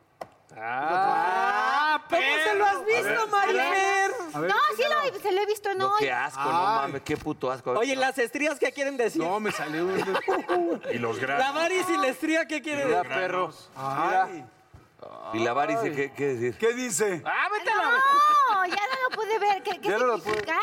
Speaker 3: Ah,
Speaker 7: ¿Cómo se lo has visto, Marifer?
Speaker 11: No, sí lo, he- se lo he visto, no.
Speaker 5: No, qué asco, no mames, qué puto asco. A ver,
Speaker 7: Oye, las estrías, ¿qué quieren decir?
Speaker 3: No, me salió un...
Speaker 4: Y los
Speaker 7: La
Speaker 4: granos.
Speaker 7: varis y la estría, ¿qué quieren
Speaker 5: Mira,
Speaker 7: decir?
Speaker 5: perro. Mira. Y la varis, ¿qué, ¿qué decir?
Speaker 9: ¿Qué dice?
Speaker 3: ¡Ah, vete a la-
Speaker 11: No, ya no lo pude ver. ¿Qué, qué
Speaker 3: Ya no lo
Speaker 11: significa?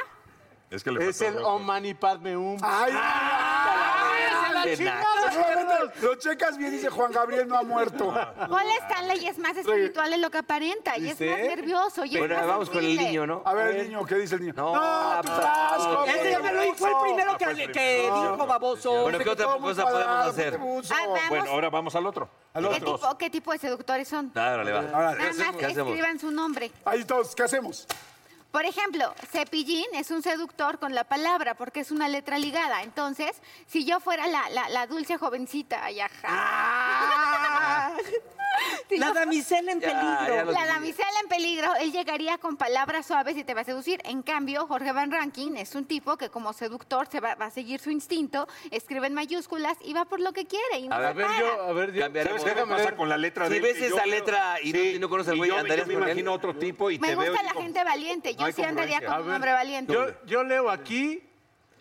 Speaker 4: Es que le
Speaker 3: Es el Oh Mani Padme Um.
Speaker 9: Ay,
Speaker 3: la
Speaker 5: de
Speaker 3: chingada!
Speaker 5: nada.
Speaker 9: Seguramente lo checas bien, dice Juan Gabriel no ha muerto.
Speaker 11: Paul Stanley es más espiritual de lo que aparenta y es
Speaker 9: ¿Viste?
Speaker 11: más nervioso. Y es
Speaker 5: Bueno,
Speaker 11: más
Speaker 5: vamos con el
Speaker 11: sensible.
Speaker 5: niño, ¿no? Eh,
Speaker 9: A ver, el niño, ¿qué dice el niño?
Speaker 5: No,
Speaker 9: no, tú
Speaker 5: pues,
Speaker 9: asco,
Speaker 5: no,
Speaker 9: qué
Speaker 7: Ese ya me lo dijo, fue el
Speaker 9: puso.
Speaker 7: primero que, que
Speaker 9: Ah,
Speaker 7: dijo baboso.
Speaker 5: Bueno, ¿qué otra
Speaker 9: Todo muy
Speaker 5: cosa podemos
Speaker 9: cuadrado,
Speaker 5: hacer?
Speaker 9: qué puso.
Speaker 11: Ah, veamos
Speaker 4: Bueno, ahora vamos al otro. Al
Speaker 11: ¿qué, tipo, qué tipo de seductores son.
Speaker 5: Ah, órale, va.
Speaker 11: Nada más
Speaker 5: ¿Qué hacemos?
Speaker 11: escriban su nombre.
Speaker 9: Ahí todos, ¿qué hacemos?
Speaker 11: Por ejemplo, cepillín es un seductor con la palabra porque es una letra ligada. Entonces, si yo fuera la, la- la dulce jovencita, ay, ajá.
Speaker 9: Ah.
Speaker 11: Si
Speaker 7: La
Speaker 11: yo-
Speaker 7: damisela en
Speaker 5: Ya, ya
Speaker 7: peligro.
Speaker 5: lo-
Speaker 11: La damisela en peligro, él llegaría con palabras suaves y te va a seducir. En cambio, Jorge Van Rankin es un tipo que como seductor se va, va a seguir su instinto, escribe en mayúsculas y va por lo que quiere. Y no
Speaker 5: A
Speaker 11: se
Speaker 5: ver,
Speaker 3: A ver,
Speaker 11: para.
Speaker 3: yo, a ver, yo.
Speaker 5: Cambiaremos.
Speaker 4: ¿Sabes qué me pasa con la letra
Speaker 5: Si
Speaker 4: de él?
Speaker 5: ves
Speaker 4: Que yo
Speaker 5: esa
Speaker 4: veo-
Speaker 5: letra y no- y no conoces al
Speaker 4: y
Speaker 5: güey,
Speaker 4: yo- Yo
Speaker 5: ¿andarías
Speaker 4: me
Speaker 5: con él?
Speaker 4: imagino otro tipo y
Speaker 11: Me
Speaker 4: te veo.
Speaker 11: gusta
Speaker 4: y
Speaker 11: la
Speaker 4: como-
Speaker 11: gente valiente, yo
Speaker 4: No hay
Speaker 11: sí andaría
Speaker 4: congruencia.
Speaker 11: con
Speaker 4: A
Speaker 11: un
Speaker 4: ver,
Speaker 11: hombre valiente.
Speaker 3: Yo, yo leo aquí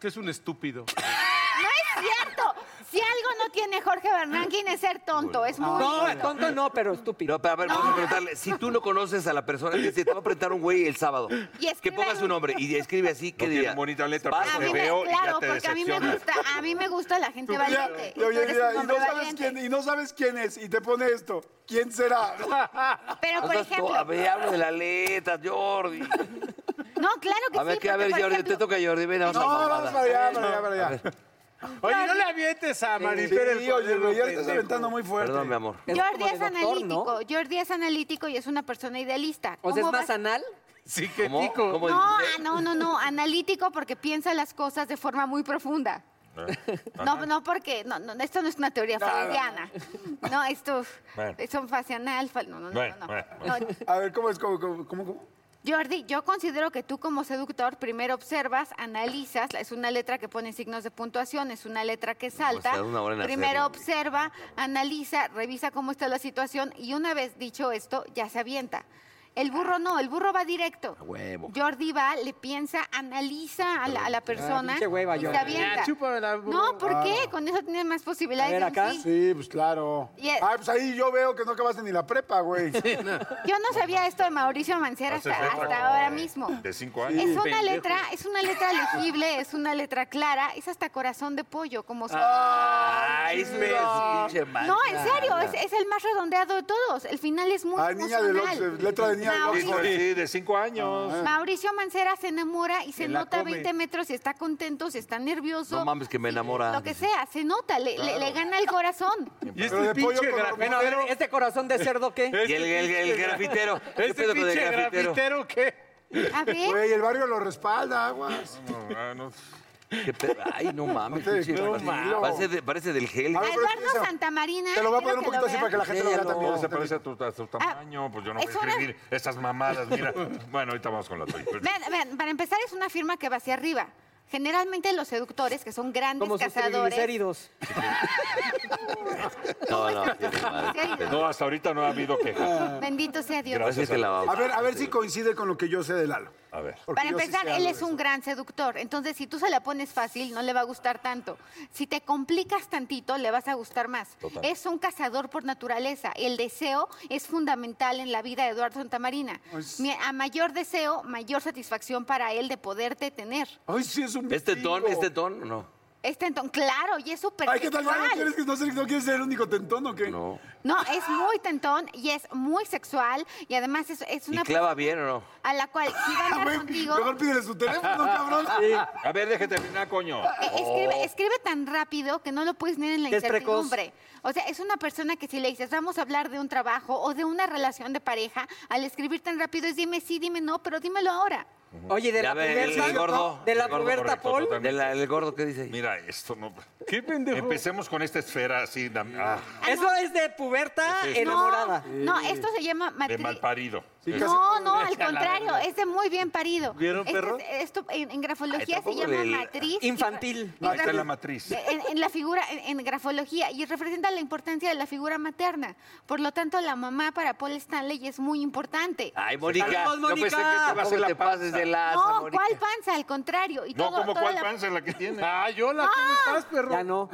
Speaker 3: que es un estúpido.
Speaker 11: No es cierto. Si algo no tiene Jorge Van Rankin es ser tonto, es muy...
Speaker 7: No, tonto no, pero estúpido.
Speaker 5: No, pero a ver, vamos a preguntarle. Si tú no conoces a la persona, que dice, te va a preguntar un güey el sábado.
Speaker 11: Y escribe
Speaker 5: que ponga su
Speaker 11: un-
Speaker 5: nombre y escribe así, ¿qué
Speaker 4: tiene
Speaker 5: diría?
Speaker 4: bonita letra,
Speaker 5: Vas,
Speaker 4: pero
Speaker 11: A
Speaker 5: te
Speaker 11: mí me,
Speaker 5: veo.
Speaker 4: veo y ya
Speaker 11: claro,
Speaker 4: te
Speaker 11: porque a mí me
Speaker 4: decepciona.
Speaker 11: gusta, a mí me gusta la gente
Speaker 9: Ya, ya,
Speaker 11: valiente.
Speaker 9: ya,
Speaker 11: y tú eres
Speaker 9: ya,
Speaker 11: un
Speaker 9: y no
Speaker 11: hombre
Speaker 9: sabes
Speaker 11: valiente.
Speaker 9: quién, y no sabes quién es, y te pone esto. ¿Quién será?
Speaker 11: Pero
Speaker 5: No
Speaker 11: por
Speaker 5: seas to-
Speaker 11: ejemplo,
Speaker 5: A ver, hablo de la letra, Jordi.
Speaker 11: no, claro que
Speaker 5: A ver,
Speaker 11: sí.
Speaker 5: ¿qué? A
Speaker 11: porque,
Speaker 5: ver,
Speaker 11: por
Speaker 5: Jordi, te
Speaker 11: ejemplo,
Speaker 5: toca Jordi. Ven, vamos
Speaker 9: No,
Speaker 5: a
Speaker 9: vamos para
Speaker 5: mamada.
Speaker 9: allá, para allá, para allá.
Speaker 3: Oye, no le avientes a
Speaker 9: Sí,
Speaker 3: Marifer el
Speaker 9: oye,
Speaker 3: cuaderno,
Speaker 9: güey, ya le estás
Speaker 3: pendejo.
Speaker 9: aventando muy fuerte.
Speaker 5: Perdón, mi amor.
Speaker 7: Es
Speaker 11: Jordi
Speaker 7: como de
Speaker 11: es
Speaker 7: doctor,
Speaker 11: analítico,
Speaker 7: ¿no?
Speaker 11: Jordi es analítico y es una persona idealista.
Speaker 7: O sea, es
Speaker 11: ¿Cómo
Speaker 7: más
Speaker 11: vas-
Speaker 7: anal.
Speaker 3: Sí, que
Speaker 5: ¿Cómo?
Speaker 3: tico.
Speaker 5: ¿Cómo
Speaker 11: no,
Speaker 5: dice?
Speaker 11: ah, no, no, no, analítico porque piensa las cosas de forma muy profunda. pues. No, no, porque no, no, esto no es una teoría freudiana. No, esto
Speaker 4: Bueno.
Speaker 11: es un fase anal, fal- no, no, no,
Speaker 4: Bueno,
Speaker 11: no,
Speaker 4: bueno,
Speaker 11: no.
Speaker 4: bueno.
Speaker 9: A ver, ¿cómo es? ¿Cómo, cómo, cómo? cómo?
Speaker 11: Jordi, yo considero que tú como seductor primero observas, analizas, es una letra que pone signos de puntuación, es una letra que salta.
Speaker 5: sea, una hora en
Speaker 11: primero
Speaker 5: hacerlo.
Speaker 11: observa, analiza, revisa cómo está la situación y una vez dicho esto, ya se avienta. El burro no, el burro va directo.
Speaker 5: Huevo.
Speaker 11: Jordi va, le piensa, analiza a la, a la persona
Speaker 7: pinche hueva,
Speaker 11: y se
Speaker 7: Jordi.
Speaker 11: avienta.
Speaker 7: Ah, chúpamela, burro.
Speaker 11: no, ¿por qué?
Speaker 7: Ah.
Speaker 9: Claro.
Speaker 11: Con eso tienes más posibilidades de un sí.
Speaker 9: Sí, pues claro.
Speaker 11: Y es-
Speaker 9: Ah, pues ahí yo veo que no acabaste ni la prepa, güey.
Speaker 11: Yo no sabía esto de Mauricio Mancera
Speaker 9: Hace
Speaker 11: hasta,
Speaker 9: falta
Speaker 11: hasta
Speaker 9: como
Speaker 11: ahora mismo.
Speaker 4: De cinco años.
Speaker 11: Es una
Speaker 4: Pendejo.
Speaker 11: letra, es una letra legible, es una letra clara, es hasta corazón de pollo, como son.
Speaker 5: Ay, es
Speaker 9: Ah.
Speaker 5: pinche mal.
Speaker 11: No, en serio, es, es el más redondeado de todos. El final es muy
Speaker 9: Ah,
Speaker 4: Ay, niña del
Speaker 11: emocional.
Speaker 4: Oxxo, letra de niña del
Speaker 11: Mauricio-
Speaker 4: Oxxo. Sí, de cinco años. Ah.
Speaker 11: Mauricio Mancera se enamora y se,
Speaker 5: Se la
Speaker 11: nota a
Speaker 5: come.
Speaker 11: 20 metros si está contento, si está nervioso.
Speaker 5: No mames que me enamora.
Speaker 11: Lo que sea, se nota, le, le- le gana el corazón.
Speaker 5: ¿Y este Pero de pinche pollo con grafitero?
Speaker 7: Bueno, a ver, este corazón de cerdo, ¿qué?
Speaker 5: Y el- el- el grafitero. ¿Qué
Speaker 7: Este
Speaker 5: pedo con el
Speaker 7: pinche
Speaker 5: grafitero?
Speaker 3: qué?
Speaker 11: A ver.
Speaker 9: Güey, el barrio lo respalda, aguas.
Speaker 5: Qué pedo. Ay, no mames.
Speaker 9: No te
Speaker 5: pinche-
Speaker 9: creo, Milo.
Speaker 5: parece, de- parece del gel.
Speaker 11: A Eduardo Santamarina.
Speaker 9: Te lo voy a
Speaker 11: quiero
Speaker 9: poner un
Speaker 11: que
Speaker 9: poquito así para que la
Speaker 11: veas.
Speaker 9: gente lo vea también.
Speaker 4: No se parece a tu, a tu tamaño, pues yo no voy a
Speaker 11: es una-
Speaker 4: escribir esas mamadas, mira. Bueno, ahorita vamos con la tuya.
Speaker 11: Vean, vean, para empezar es una firma que va hacia arriba. Generalmente los seductores, que son grandes
Speaker 7: Como sus
Speaker 11: cazadores,
Speaker 7: triglicéridos.
Speaker 5: No, no.
Speaker 4: No, hasta ahorita no ha habido quejas.
Speaker 11: bendito sea Dios.
Speaker 5: Gracias a la
Speaker 9: A ver, a ver si coincide con lo que yo sé de Lalo.
Speaker 4: A ver.
Speaker 11: Para empezar, él es un gran seductor. Entonces, si tú se la pones fácil, no le va a gustar tanto. Si te complicas tantito, le vas a gustar más.
Speaker 12: Total.
Speaker 11: Es un cazador por naturaleza. El deseo es fundamental en la vida de Eduardo Santamarina. Mi- A mayor deseo, mayor satisfacción para él de poderte tener.
Speaker 9: Ay, sí, es un
Speaker 5: ¿Este ton, este ton? No.
Speaker 11: Es tentón, claro, y es súper
Speaker 9: Ay, ¿qué tal, Lalo?
Speaker 11: sexual.
Speaker 9: ¿Quieres que no, ser- no quieres ser el único tentón o qué?
Speaker 5: No.
Speaker 11: No, es muy tentón y es muy sexual y además es, es
Speaker 5: ¿Y
Speaker 11: una
Speaker 5: clava bien o no?
Speaker 11: a la cual si va a andar contigo...
Speaker 9: pídele su
Speaker 11: teléfono, cabrón. Sí.
Speaker 4: A ver, déjate terminar, coño. Oh,
Speaker 11: Eh,
Speaker 5: Oh.
Speaker 11: Escribe, escribe tan rápido que no lo puedes leer en la
Speaker 4: Que es precoz.
Speaker 11: incertidumbre. O sea, es una persona que si le dices, vamos a hablar de un trabajo o de una relación de pareja, al escribir tan rápido es dime sí, dime no, pero dímelo ahora.
Speaker 7: Oye, de
Speaker 5: Ya
Speaker 7: la
Speaker 5: ve,
Speaker 7: puberta,
Speaker 5: el gordo,
Speaker 7: de la
Speaker 5: el gordo
Speaker 7: puberta,
Speaker 5: correcto,
Speaker 7: Paul.
Speaker 5: totalmente. De la- el gordo, ¿qué dice?
Speaker 4: Mira, esto no. ¿Qué pendejo? Empecemos con esta esfera así. da- ah,
Speaker 7: Eso es de puberta
Speaker 4: Sí, sí.
Speaker 7: enamorada.
Speaker 11: No, esto se llama
Speaker 4: de
Speaker 11: matri-
Speaker 4: mal parido.
Speaker 11: No, no, al contrario, es de muy bien parido.
Speaker 4: ¿Vieron,
Speaker 11: Este-
Speaker 4: perro?
Speaker 11: esto en, en grafología se
Speaker 4: tampoco
Speaker 11: llama
Speaker 4: le-
Speaker 11: matriz.
Speaker 7: Infantil.
Speaker 4: No, ahí está la matriz.
Speaker 11: En, en la figura, en, en grafología, y representa la importancia de la figura materna. Por lo tanto, la mamá para Paul Stanley es muy importante.
Speaker 5: Ay, Mónica.
Speaker 7: Saludos,
Speaker 5: No pensé que
Speaker 7: Mónica.
Speaker 5: te,
Speaker 7: ¿Cómo
Speaker 5: te pases de la
Speaker 11: No, ¿cuál panza? Al contrario. Y
Speaker 5: No,
Speaker 11: todo,
Speaker 5: ¿cómo
Speaker 11: toda
Speaker 5: cuál
Speaker 11: la-
Speaker 4: panza la que tiene?
Speaker 3: Ah, yo la ¿cómo estás, perro? Ah.
Speaker 7: Ya no.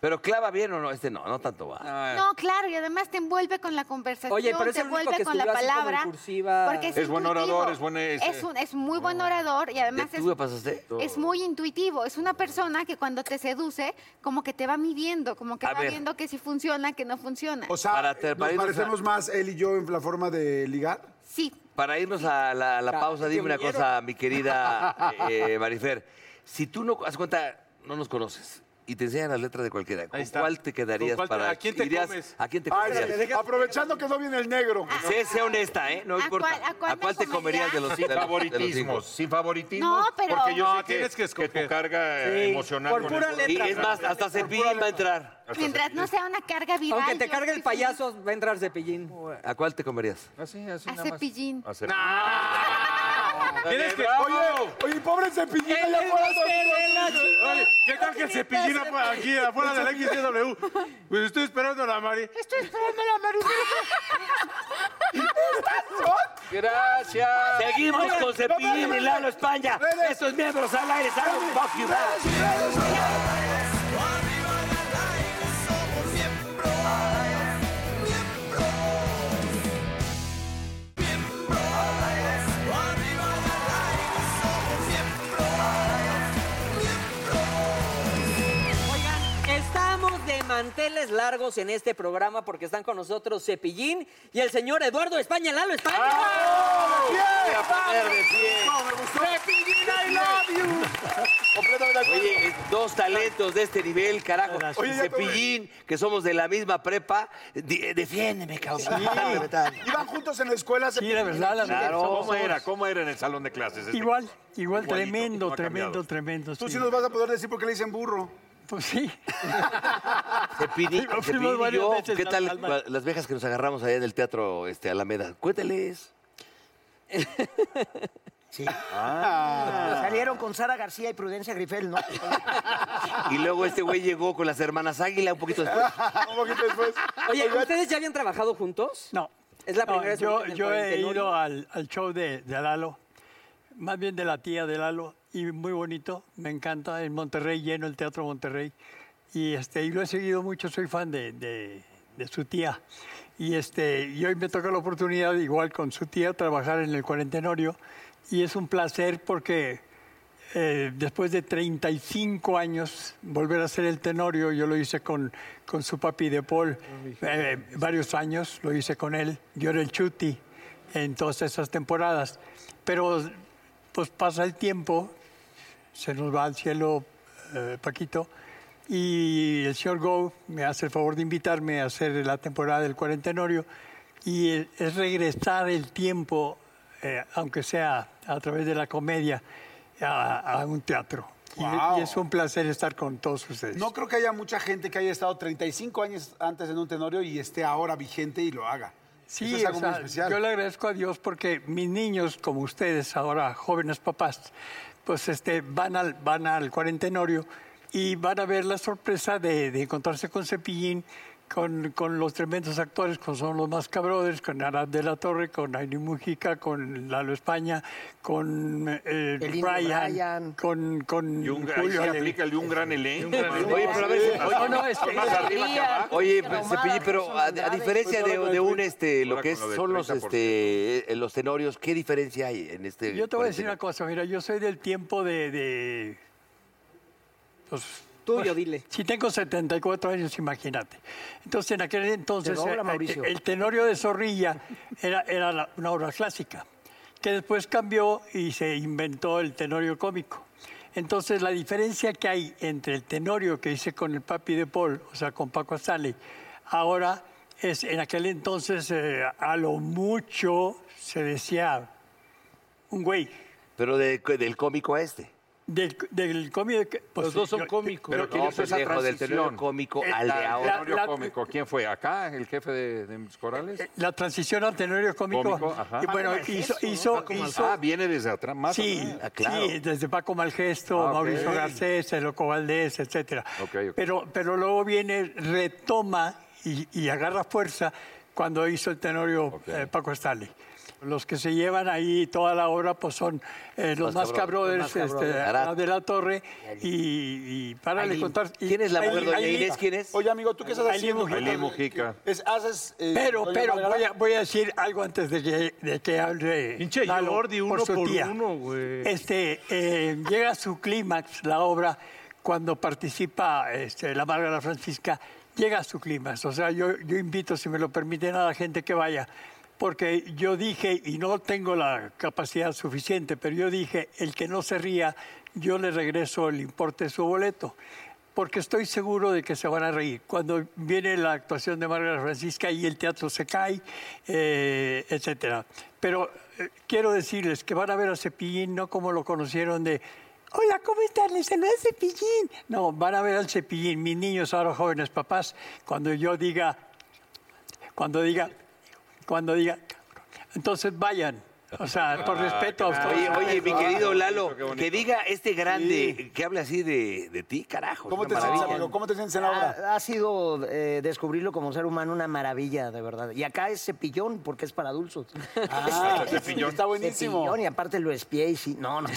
Speaker 5: Pero clava bien o no, este no, no tanto va.
Speaker 11: No, claro, y además te envuelve con la conversación,
Speaker 5: Oye, pero es
Speaker 11: te
Speaker 5: el único
Speaker 11: envuelve
Speaker 5: que
Speaker 11: con la
Speaker 5: escribió así como en
Speaker 11: palabra.
Speaker 5: cursiva.
Speaker 11: Porque es,
Speaker 5: Es buen
Speaker 11: intuitivo.
Speaker 5: orador, es buen, este-
Speaker 11: Es, un- es muy buen orador y además es,
Speaker 5: ¿Tú me pasaste?
Speaker 11: es muy intuitivo. Es una persona que cuando te seduce, como que te va midiendo, como que
Speaker 5: A
Speaker 11: va
Speaker 5: ver.
Speaker 11: viendo que si funciona, que no funciona.
Speaker 9: O sea,
Speaker 5: Para te-
Speaker 9: ¿nos
Speaker 5: para irnos a-
Speaker 9: parecemos más él y yo en la forma de ligar?
Speaker 11: Sí.
Speaker 5: Para irnos a la, la
Speaker 9: Ya,
Speaker 5: pausa, dime una
Speaker 9: pionero.
Speaker 5: cosa, mi querida eh, Marifer. Si tú no, haz cuenta, no nos conoces y te enseñan las letras de cualquiera, ¿con cuál te quedarías
Speaker 9: ¿Con cuál te-
Speaker 5: para...?
Speaker 9: a quién te
Speaker 5: irías-
Speaker 9: comes?
Speaker 5: ¿A quién pues, te
Speaker 9: Ay,
Speaker 5: comerías?
Speaker 9: sí, aprovechando que no viene el negro.
Speaker 5: Sé, sé honesta, ¿eh? No
Speaker 11: ¿A
Speaker 5: importa.
Speaker 11: Ah, cuál- a cuál me
Speaker 5: te comerías de los
Speaker 4: Sin
Speaker 5: de los- de los
Speaker 4: favoritismos,
Speaker 5: hijos?
Speaker 4: sin favoritismos.
Speaker 11: No, pero-
Speaker 4: Porque yo
Speaker 11: No,
Speaker 4: sé que,
Speaker 11: tienes
Speaker 4: que, tu carga eh,
Speaker 5: Sí,
Speaker 4: emocional.
Speaker 5: por
Speaker 4: con
Speaker 5: pura
Speaker 4: el-
Speaker 5: letra. Y es más, hasta Cepillín va a entrar.
Speaker 11: Mientras no sea una carga viral.
Speaker 7: Aunque te
Speaker 11: yo
Speaker 7: cargue el
Speaker 11: estoy feliz.
Speaker 7: payaso, va a entrar cepillín.
Speaker 5: ¿A cuál te comerías?
Speaker 11: A cepillín.
Speaker 4: ¿Quieres que-
Speaker 9: Oye, oye, pobre cepillín allá afuera.
Speaker 3: Oye, ¿qué tal que el cepillín afuera- aquí afuera de la XCW? Pues estoy esperando a la Mari.
Speaker 12: Estoy esperando la
Speaker 4: Gracias.
Speaker 5: Seguimos
Speaker 12: Oigan,
Speaker 5: con
Speaker 12: no, no,
Speaker 5: Cepillín
Speaker 12: no,
Speaker 5: y Lalo España. Estos miembros al aire, salud, fuck you,
Speaker 7: Estamos de manteles largos en este programa porque están con nosotros Cepillín y el señor Eduardo España, Lalo España.
Speaker 12: ¡Bien!
Speaker 9: No, me gustó. Cepillín, I love you. Completamente de acuerdo.
Speaker 5: Oye, eh, dos talentos de este nivel, carajo.
Speaker 9: Oye,
Speaker 5: Oye,
Speaker 9: ya te voy.
Speaker 5: Cepillín, que somos de la misma prepa, di- eh, defiéndeme, cabrón.
Speaker 9: Sí. Iban juntos en la escuela.
Speaker 13: Sí, la verdad, la verdad.
Speaker 4: Claro. ¿Cómo
Speaker 13: Somos-
Speaker 4: era? ¿Cómo era en el salón de clases? este?
Speaker 13: Igual, igual,
Speaker 4: Igualito,
Speaker 13: tremendo,
Speaker 4: no ha
Speaker 13: tremendo,
Speaker 4: cambiado.
Speaker 13: tremendo.
Speaker 9: Tú sí nos vas a poder decir por qué le dicen burro.
Speaker 13: Pues sí.
Speaker 5: Cepillín,
Speaker 13: Fuimos
Speaker 5: Cepillín y
Speaker 13: varias
Speaker 5: yo,
Speaker 13: veces
Speaker 5: ¿qué
Speaker 13: al-
Speaker 5: tal
Speaker 13: al baño.
Speaker 5: las viejas que nos agarramos allá en el teatro este, Alameda? Cuéntales. Sí.
Speaker 13: Ah.
Speaker 5: Ah.
Speaker 14: Salieron con Sara García y Prudencia Grifel, ¿no?
Speaker 5: Y luego este güey llegó
Speaker 9: Ah.
Speaker 5: con las hermanas Águila un poquito después.
Speaker 9: Un poquito después.
Speaker 7: Oye, ¿ustedes ya habían trabajado juntos?
Speaker 13: No.
Speaker 7: Es la
Speaker 13: No,
Speaker 7: primera vez que
Speaker 13: yo,
Speaker 7: me
Speaker 13: yo he
Speaker 7: encuentro en
Speaker 13: ido al, al show de, de Lalo, más bien de la tía de Lalo, y muy bonito, me encanta, en Monterrey, lleno el Teatro Monterrey, y, este, y lo he seguido mucho, soy fan de, de- de su tía. Y, este, y hoy me toca la oportunidad, igual con su tía, trabajar en el cuarentenorio, y es un placer porque eh, después de 35 años, volver a ser el tenorio, yo lo hice con, con su papi de Paul, eh, varios años lo hice con él, yo era el chuti en todas esas temporadas, pero pues pasa el tiempo, se nos va al cielo eh, Paquito, y el señor Go me hace el favor de invitarme a hacer la temporada del cuarentenorio, y eh, es regresar el tiempo, eh, aunque sea a través de la comedia, a, a un teatro. Y-
Speaker 9: Guau.
Speaker 13: y es un placer estar con todos ustedes.
Speaker 9: No creo que haya mucha gente que haya estado 35 años antes en un tenorio y esté ahora vigente y lo haga. Eso
Speaker 13: Sí,
Speaker 9: es algo
Speaker 13: o sea,
Speaker 9: muy especial.
Speaker 13: yo le agradezco a Dios porque mis niños, como ustedes ahora, jóvenes papás, pues este, van, al, van al cuarentenorio y van a ver la sorpresa de, de encontrarse con Cepillín, con, con los tremendos actores, con son los más cabrones, con Arad de la Torre, con Aini Mujica, con Lalo España, con eh,
Speaker 4: El Indio
Speaker 13: Brian,
Speaker 4: Brian.
Speaker 13: con, con
Speaker 4: Y un, ahí sí
Speaker 13: Ale-
Speaker 4: aplica el de un gran elenco.
Speaker 5: Oye, pero a ver,
Speaker 13: No, no, es-
Speaker 5: oye,
Speaker 13: es-
Speaker 5: Oye, pues, Cepillín, pero a, a diferencia
Speaker 13: Pues
Speaker 5: de, de un este, lo
Speaker 13: Ahora
Speaker 5: que es,
Speaker 13: con lo del
Speaker 5: son los
Speaker 13: 30%.
Speaker 5: este, eh, los tenorios, ¿qué diferencia hay en este?
Speaker 13: Yo te voy a decir
Speaker 5: cuarentena?
Speaker 13: una cosa, mira, yo soy del tiempo de... de pues,
Speaker 7: Tuyo,
Speaker 13: bueno,
Speaker 7: dile.
Speaker 13: Si tengo 74 años, imagínate. Entonces, en aquel entonces,
Speaker 7: dobla,
Speaker 13: eh, eh,
Speaker 7: Mauricio.
Speaker 13: el, tenorio de Zorrilla era, era la- una obra clásica, que después cambió y se inventó el tenorio cómico. Entonces, la diferencia que hay entre el tenorio que hice con el papi de Paul, o sea, con Paco Stanley, ahora es, en aquel entonces, eh, a lo mucho se decía un güey.
Speaker 5: Pero de- del cómico a este.
Speaker 13: Del, del cómico. pues, yo-
Speaker 4: Pero ¿quién
Speaker 5: No,
Speaker 4: hizo esa
Speaker 5: pendejo, del
Speaker 4: transición?
Speaker 5: tenor
Speaker 14: Eh,
Speaker 5: cómico al de ahora.
Speaker 4: El tenorio cómico, ¿quién fue? ¿Acá, el jefe de, de mis corales?
Speaker 13: La transición al tenorio cómico.
Speaker 4: Cómico, ajá.
Speaker 13: Y bueno,
Speaker 4: Ah, ¿cómo es
Speaker 13: hizo,
Speaker 4: eso, no?
Speaker 13: hizo,
Speaker 4: Paco Maltés.
Speaker 13: hizo-
Speaker 4: Ah, viene desde atrás, más
Speaker 13: Sí,
Speaker 4: atrás. Ah, claro.
Speaker 13: sí, desde Paco Malgesto,
Speaker 4: Ah, ok.
Speaker 13: Mauricio Garcés, El Loco Valdés, etcétera. Pero, pero luego viene, retoma y, y agarra fuerza cuando hizo el tenorio eh, Paco Stanley. Los que se llevan ahí toda la obra pues son eh,
Speaker 5: Los
Speaker 13: los más
Speaker 5: cabrones,
Speaker 13: cabrones, este,
Speaker 5: los más cabrones. Arad.
Speaker 13: de la Torre y, y para de
Speaker 5: Ailín.
Speaker 13: contar. y-
Speaker 5: ¿Quién es la mujer,
Speaker 13: Ailín,
Speaker 5: doña
Speaker 13: Ailín.
Speaker 5: Inés? ¿Quién es?
Speaker 9: Oye, amigo, ¿tú qué estás
Speaker 13: Ailín
Speaker 9: haciendo?
Speaker 13: Mujica.
Speaker 4: Mujica.
Speaker 9: Es- haces, eh,
Speaker 13: Pero,
Speaker 9: doña
Speaker 13: pero
Speaker 9: Margarita.
Speaker 13: voy a, voy a decir algo antes de que, de que hable.
Speaker 15: Pinche
Speaker 13: Lalo
Speaker 15: Jordi, uno
Speaker 13: su
Speaker 15: por
Speaker 13: tía.
Speaker 15: uno, güey.
Speaker 13: Este, eh, llega a su clímax la obra cuando participa este, la Márgara Francisca, llega a su clímax. O sea, yo, yo invito, si me lo permiten, a la gente que vaya. Porque yo dije, y no tengo la capacidad suficiente, pero yo dije, el que no se ría, yo le regreso el importe de su boleto porque estoy seguro de que se van a reír. Cuando viene la actuación de Margarita Francisca y el teatro se cae, eh, etcétera. Pero eh, quiero decirles que van a ver a Cepillín no como lo conocieron de Hola, ¿cómo están? Les saluda Cepillín. No, van a ver al Cepillín, mis niños ahora jóvenes papás, cuando yo diga, cuando diga, cuando diga, entonces vayan. O sea, por
Speaker 5: Ah,
Speaker 13: respeto a
Speaker 5: claro.
Speaker 13: ustedes.
Speaker 5: Oye, oye, mi querido Lalo,
Speaker 13: Qué bonito.
Speaker 5: que diga este grande, que hable así de, de ti, carajo.
Speaker 9: ¿Cómo
Speaker 5: es
Speaker 9: te
Speaker 5: una
Speaker 9: sientes,
Speaker 5: maravilla.
Speaker 9: amigo? ¿Cómo te sientes en la obra?
Speaker 14: Ha, ha sido eh, descubrirlo como ser humano una maravilla, de verdad. Y acá es cepillón, porque es para adultos.
Speaker 9: Ah, Cepillón. está buenísimo.
Speaker 14: Cepillón, y aparte lo espié y sí. No, no.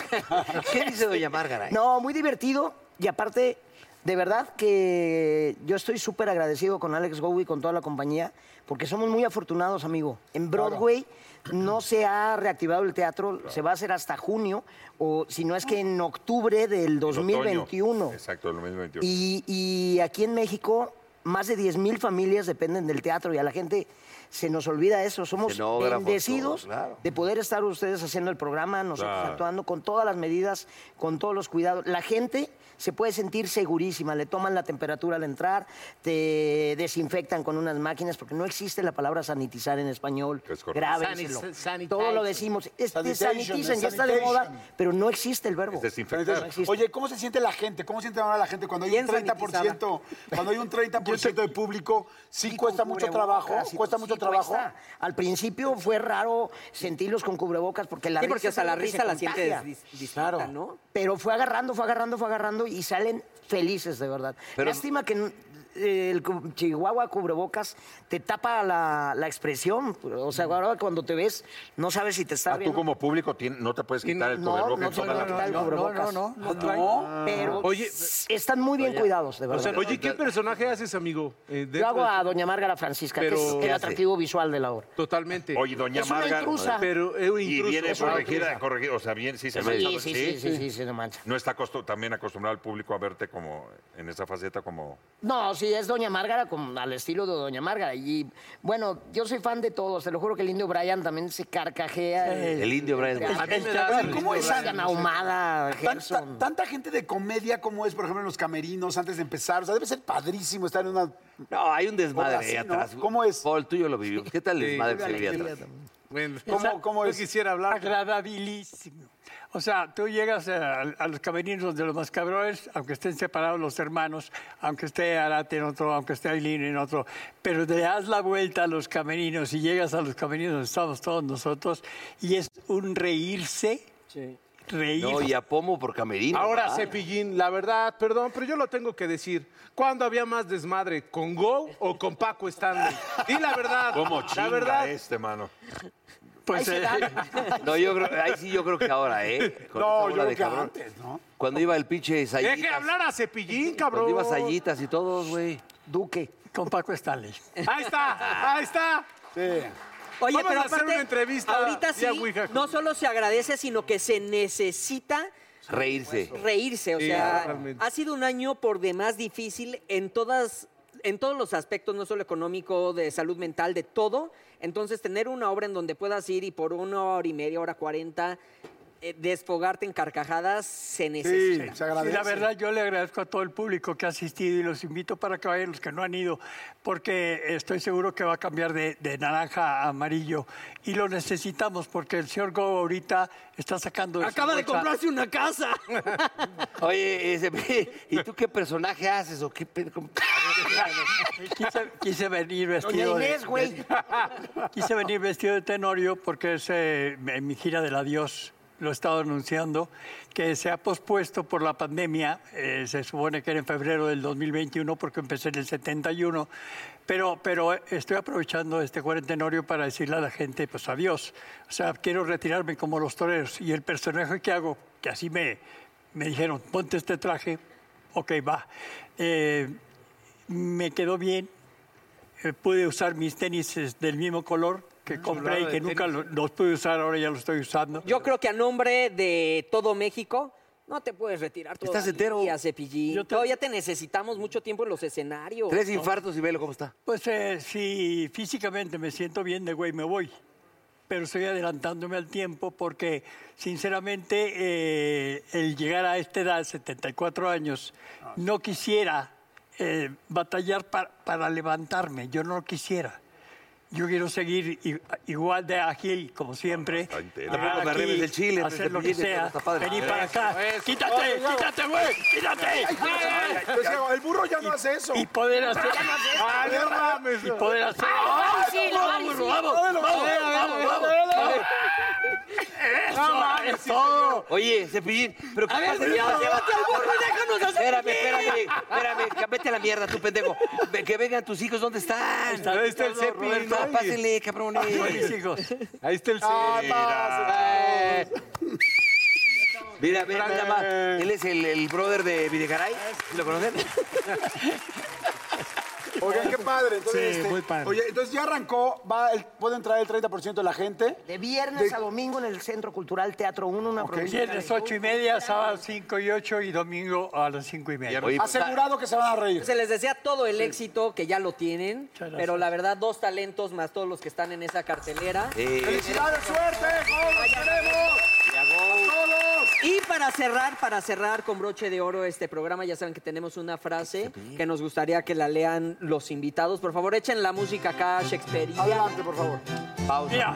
Speaker 5: ¿Qué dice doña Márgara?
Speaker 14: No, muy divertido. Y aparte, de verdad que yo estoy súper agradecido con Alex Gowie y con toda la compañía, porque somos muy afortunados, amigo. En Broadway no se ha reactivado el teatro, se va a hacer hasta junio, o si no es que en octubre
Speaker 4: En
Speaker 14: del
Speaker 4: otoño.
Speaker 14: 2021.
Speaker 4: Exacto, el 2021.
Speaker 14: Y, y aquí en México, más de 10.000 familias dependen del teatro y a la gente se nos olvida eso. Somos
Speaker 5: Escenógrafos,
Speaker 14: bendecidos
Speaker 5: todos, claro.
Speaker 14: de poder estar ustedes haciendo el programa, nosotros
Speaker 5: Claro.
Speaker 14: actuando con todas las medidas, con todos los cuidados. La gente se puede sentir segurísima, le toman la temperatura al entrar, te desinfectan con unas máquinas, porque no existe la palabra sanitizar en español. Grábenselo.
Speaker 16: Sanis- sanitation.
Speaker 14: Todo lo decimos. Es,
Speaker 9: Sanitation,
Speaker 14: sanitizan,
Speaker 9: es
Speaker 14: ya está de
Speaker 9: sanitation.
Speaker 14: moda, pero no existe el verbo.
Speaker 9: Entonces,
Speaker 14: No existe.
Speaker 9: Oye, ¿cómo se siente la gente? ¿Cómo siente ahora la gente cuando hay un 30%? Cuando hay un 30% de público, sí cuesta mucho trabajo,
Speaker 14: cubrebocas y
Speaker 9: cuesta
Speaker 14: todo,
Speaker 9: mucho
Speaker 14: sí
Speaker 9: trabajo.
Speaker 14: cuesta. Al principio fue raro sentirlos con cubrebocas porque la
Speaker 7: Sí, porque
Speaker 14: risa
Speaker 7: hasta
Speaker 14: es
Speaker 7: la
Speaker 14: algo que
Speaker 7: risa
Speaker 14: se
Speaker 7: la sientes
Speaker 14: contagia.
Speaker 7: dis- distinta, ¿no?
Speaker 14: Pero fue agarrando, fue agarrando, fue agarrando y salen felices de verdad.
Speaker 5: Pero-
Speaker 14: Lástima que n- eh, el cu- Chihuahua cubrebocas te tapa la, la expresión. O sea, ahora cuando te ves, no sabes si te está
Speaker 4: Ah, tú
Speaker 14: viendo.
Speaker 4: como público tien- no te puedes quitar
Speaker 3: Ah,
Speaker 4: el
Speaker 14: No,
Speaker 4: cubrebocas.
Speaker 14: no
Speaker 4: en toda
Speaker 14: tengo
Speaker 4: la-
Speaker 14: que quitar el
Speaker 4: No, no,
Speaker 14: cubrebocas.
Speaker 4: no, no, no.
Speaker 14: No, pero
Speaker 4: Oye,
Speaker 14: s- están muy bien cuidados, de
Speaker 3: O
Speaker 14: verdad.
Speaker 3: sea, oye, ¿qué personaje haces, amigo? Eh, dentro
Speaker 14: Yo hago
Speaker 3: de-
Speaker 14: a Doña Márgara Francisca,
Speaker 3: Pero-
Speaker 14: que es
Speaker 3: ¿Qué
Speaker 14: el
Speaker 3: hace?
Speaker 14: atractivo visual de la obra.
Speaker 3: Totalmente.
Speaker 4: Oye, doña
Speaker 14: Es una
Speaker 4: Marga.
Speaker 14: intrusa.
Speaker 3: Pero es un
Speaker 4: Y
Speaker 3: intruso,
Speaker 4: viene
Speaker 3: es una
Speaker 4: corregida,
Speaker 3: intrusa.
Speaker 4: corregida. O sea, bien, sí se
Speaker 14: Sí,
Speaker 4: mancha.
Speaker 14: sí, sí, sí, sí, sí, no mancha.
Speaker 4: está acostu- también acostumbrado al público a verte como en esa faceta como.
Speaker 14: No, sí, es Doña Márgara con, al estilo de Doña Márgara. Y bueno, yo soy fan de todos. Te lo juro que el indio Brian también se carcajea.
Speaker 5: El, indio Brian.
Speaker 14: A mí me da-
Speaker 9: Oye, ¿Cómo es
Speaker 14: Brian Ahumada,
Speaker 9: Tan- tan- tanta gente de comedia como es, por ejemplo, en los camerinos antes de empezar. O sea, debe ser padrísimo estar en una.
Speaker 5: No, hay un desmadre
Speaker 9: Ahora sí,
Speaker 5: ahí
Speaker 9: ¿no?
Speaker 5: atrás. ¿Cómo es? Paul, tú y yo lo vivimos. ¿Qué tal el
Speaker 13: Sí.
Speaker 5: desmadre que se
Speaker 13: Una
Speaker 5: vivía
Speaker 13: alegría
Speaker 5: atrás?
Speaker 13: Bueno,
Speaker 9: ¿Cómo- cómo es?
Speaker 13: Yo quisiera hablar. Agradabilísimo. O sea, tú llegas a, a los camerinos de los mascabrones, aunque estén separados los hermanos, aunque esté Arate en otro, aunque esté Aileen en otro, pero le das la vuelta a los camerinos y llegas a los camerinos donde estamos todos nosotros y es un reírse, reírse.
Speaker 5: No, y a Pomo por camerino.
Speaker 3: Ahora,
Speaker 5: ¿verdad?
Speaker 3: Cepillín, la verdad, perdón, pero yo lo tengo que decir. ¿Cuándo había más desmadre? ¿Con Go o con Paco Stanley? Y la verdad.
Speaker 4: ¿Cómo
Speaker 3: La
Speaker 4: chinga
Speaker 3: verdad.
Speaker 4: este, mano?
Speaker 13: Pues, eh,
Speaker 5: No, yo creo, ahí sí yo creo que ahora, ¿eh? Con esa
Speaker 3: No, yo
Speaker 5: bola
Speaker 3: creo
Speaker 5: de
Speaker 3: que
Speaker 5: cabrón.
Speaker 3: antes, ¿no?
Speaker 5: Cuando iba el pinche
Speaker 3: Deje
Speaker 5: Sayitas.
Speaker 3: hablar a Cepillín, cabrón.
Speaker 5: Cuando iba Sayitas y todos, güey.
Speaker 14: Duque.
Speaker 13: Con Paco Stanley.
Speaker 3: Ahí está, ahí está.
Speaker 7: Oye,
Speaker 3: Vamos
Speaker 7: pero
Speaker 3: a hacer
Speaker 7: aparte,
Speaker 3: una entrevista
Speaker 7: ahorita sí,
Speaker 3: vía Ouija.
Speaker 7: no solo se agradece, sino que se necesita
Speaker 5: Reírse.
Speaker 7: reírse. O
Speaker 5: Sí,
Speaker 7: sea,
Speaker 5: totalmente.
Speaker 7: ha sido un año por demás difícil en todas, en todos los aspectos, no solo económico, de salud mental, de todo. Entonces, tener una obra en donde puedas ir y por una hora y media, hora cuarenta, eh, desfogarte en carcajadas, se necesita.
Speaker 13: Y la verdad, yo le agradezco a todo el público que ha asistido y los invito para que vayan los que no han ido, porque estoy seguro que va a cambiar de, de naranja a amarillo. Y lo necesitamos porque el señor Go ahorita está sacando. su
Speaker 7: Acaba de
Speaker 13: bolsa.
Speaker 7: comprarse una casa.
Speaker 5: Oye, eh, Cepillín, ¿y tú qué personaje haces o qué pedo? ¿Cómo-
Speaker 13: Quise, quise venir vestido. de-
Speaker 5: Inés, güey.
Speaker 13: de- quise venir vestido de Tenorio porque es eh, mi- mi gira del adiós. Lo he estado anunciando, que se ha pospuesto por la pandemia. eh, se supone que era en febrero del 2021 porque empecé en el 71. Pero, pero estoy aprovechando este cuarentenorio para decirle a la gente, pues adiós. O sea, quiero retirarme como los toreros. Y el personaje que hago, que así me, me dijeron, ponte este traje, ok, va. Eh, me quedó bien. Eh, pude usar mis tenis eh, del mismo color que compré y
Speaker 7: de
Speaker 13: que nunca lo- los pude usar, ahora ya los estoy usando.
Speaker 7: Yo creo que a nombre de todo México, no te puedes retirar.
Speaker 13: Estás
Speaker 7: entero. Y a Cepillín. Todavía te necesitamos mucho tiempo en los escenarios.
Speaker 5: Tres infartos y velo cómo está.
Speaker 13: Pues eh, sí, físicamente me siento bien de güey, me voy. Pero estoy adelantándome al tiempo porque, sinceramente, eh, el llegar a esta edad, 74 años,
Speaker 5: Ah.
Speaker 13: no quisiera eh, batallar pa- para levantarme. Yo no quisiera. Yo quiero seguir i- igual de ágil, como
Speaker 5: Ah,
Speaker 13: siempre. Llegar
Speaker 5: Tampoco te arregles pues, el chile, pues,
Speaker 13: hacer lo que
Speaker 5: Cepillín,
Speaker 13: sea.
Speaker 5: está padre.
Speaker 13: Venir
Speaker 5: Eso,
Speaker 13: para acá.
Speaker 5: eso.
Speaker 13: Quítate,
Speaker 5: Oye, huevo.
Speaker 13: quítate, güey. Quítate.
Speaker 9: Ay, ay, ay, ay. Pues, Diego, el burro ya no hace eso.
Speaker 13: Y poder hacer.
Speaker 9: Ya no hace eso.
Speaker 13: Ah, no mames. Y poder hacer.
Speaker 9: Ay, sí,
Speaker 13: vamos,
Speaker 9: ay, sí.
Speaker 13: vamos,
Speaker 9: Dale,
Speaker 13: vamos, vamos, vamos, vamos. Eso, es todo.
Speaker 5: Oye, Cepillín, pero ¿qué
Speaker 13: A ver,
Speaker 5: pasa?
Speaker 13: Dios, llévate al burro y
Speaker 7: déjanos a
Speaker 5: Espérame, espérame,
Speaker 7: Cepillín.
Speaker 5: espérame, que- vete a la mierda, tú pendejo. Ve- Que vengan tus hijos, ¿dónde están?
Speaker 3: Ahí está el Cepillín.
Speaker 5: Roberto, Pásenle, cabrones.
Speaker 3: Ahí está el
Speaker 5: Ah,
Speaker 3: Cepillín.
Speaker 5: Eh. Mira, mira, mira, más.
Speaker 3: Eh.
Speaker 5: Él es el, el brother de Videgaray. ¿Sí ¿Lo conocen?
Speaker 9: Oigan, qué padre. Entonces,
Speaker 14: Sí,
Speaker 9: este,
Speaker 14: muy padre.
Speaker 9: Oye, entonces ya arrancó, va el- puede entrar el 30% de la gente.
Speaker 14: De viernes
Speaker 9: De-
Speaker 14: a domingo en el Centro Cultural Teatro 1, una producción de
Speaker 13: Viernes 8 y media, sábado 5 y 8 y domingo a las 5 y media.
Speaker 9: Asegurado que se van a reír.
Speaker 7: Se les desea todo el éxito, que ya lo tienen.
Speaker 13: gracias.
Speaker 7: Pero la verdad, dos talentos más todos los que están en esa cartelera.
Speaker 5: Sí.
Speaker 9: ¡Felicidades, suerte! ¡Todos los queremos! ¡Todos!
Speaker 7: Y para cerrar, para cerrar con broche de oro este programa, ya saben que tenemos una frase que nos gustaría que la lean los invitados. Por favor, echen la música acá, Shakespeare.
Speaker 9: Adelante, por favor.
Speaker 5: Pausa.
Speaker 13: Mira,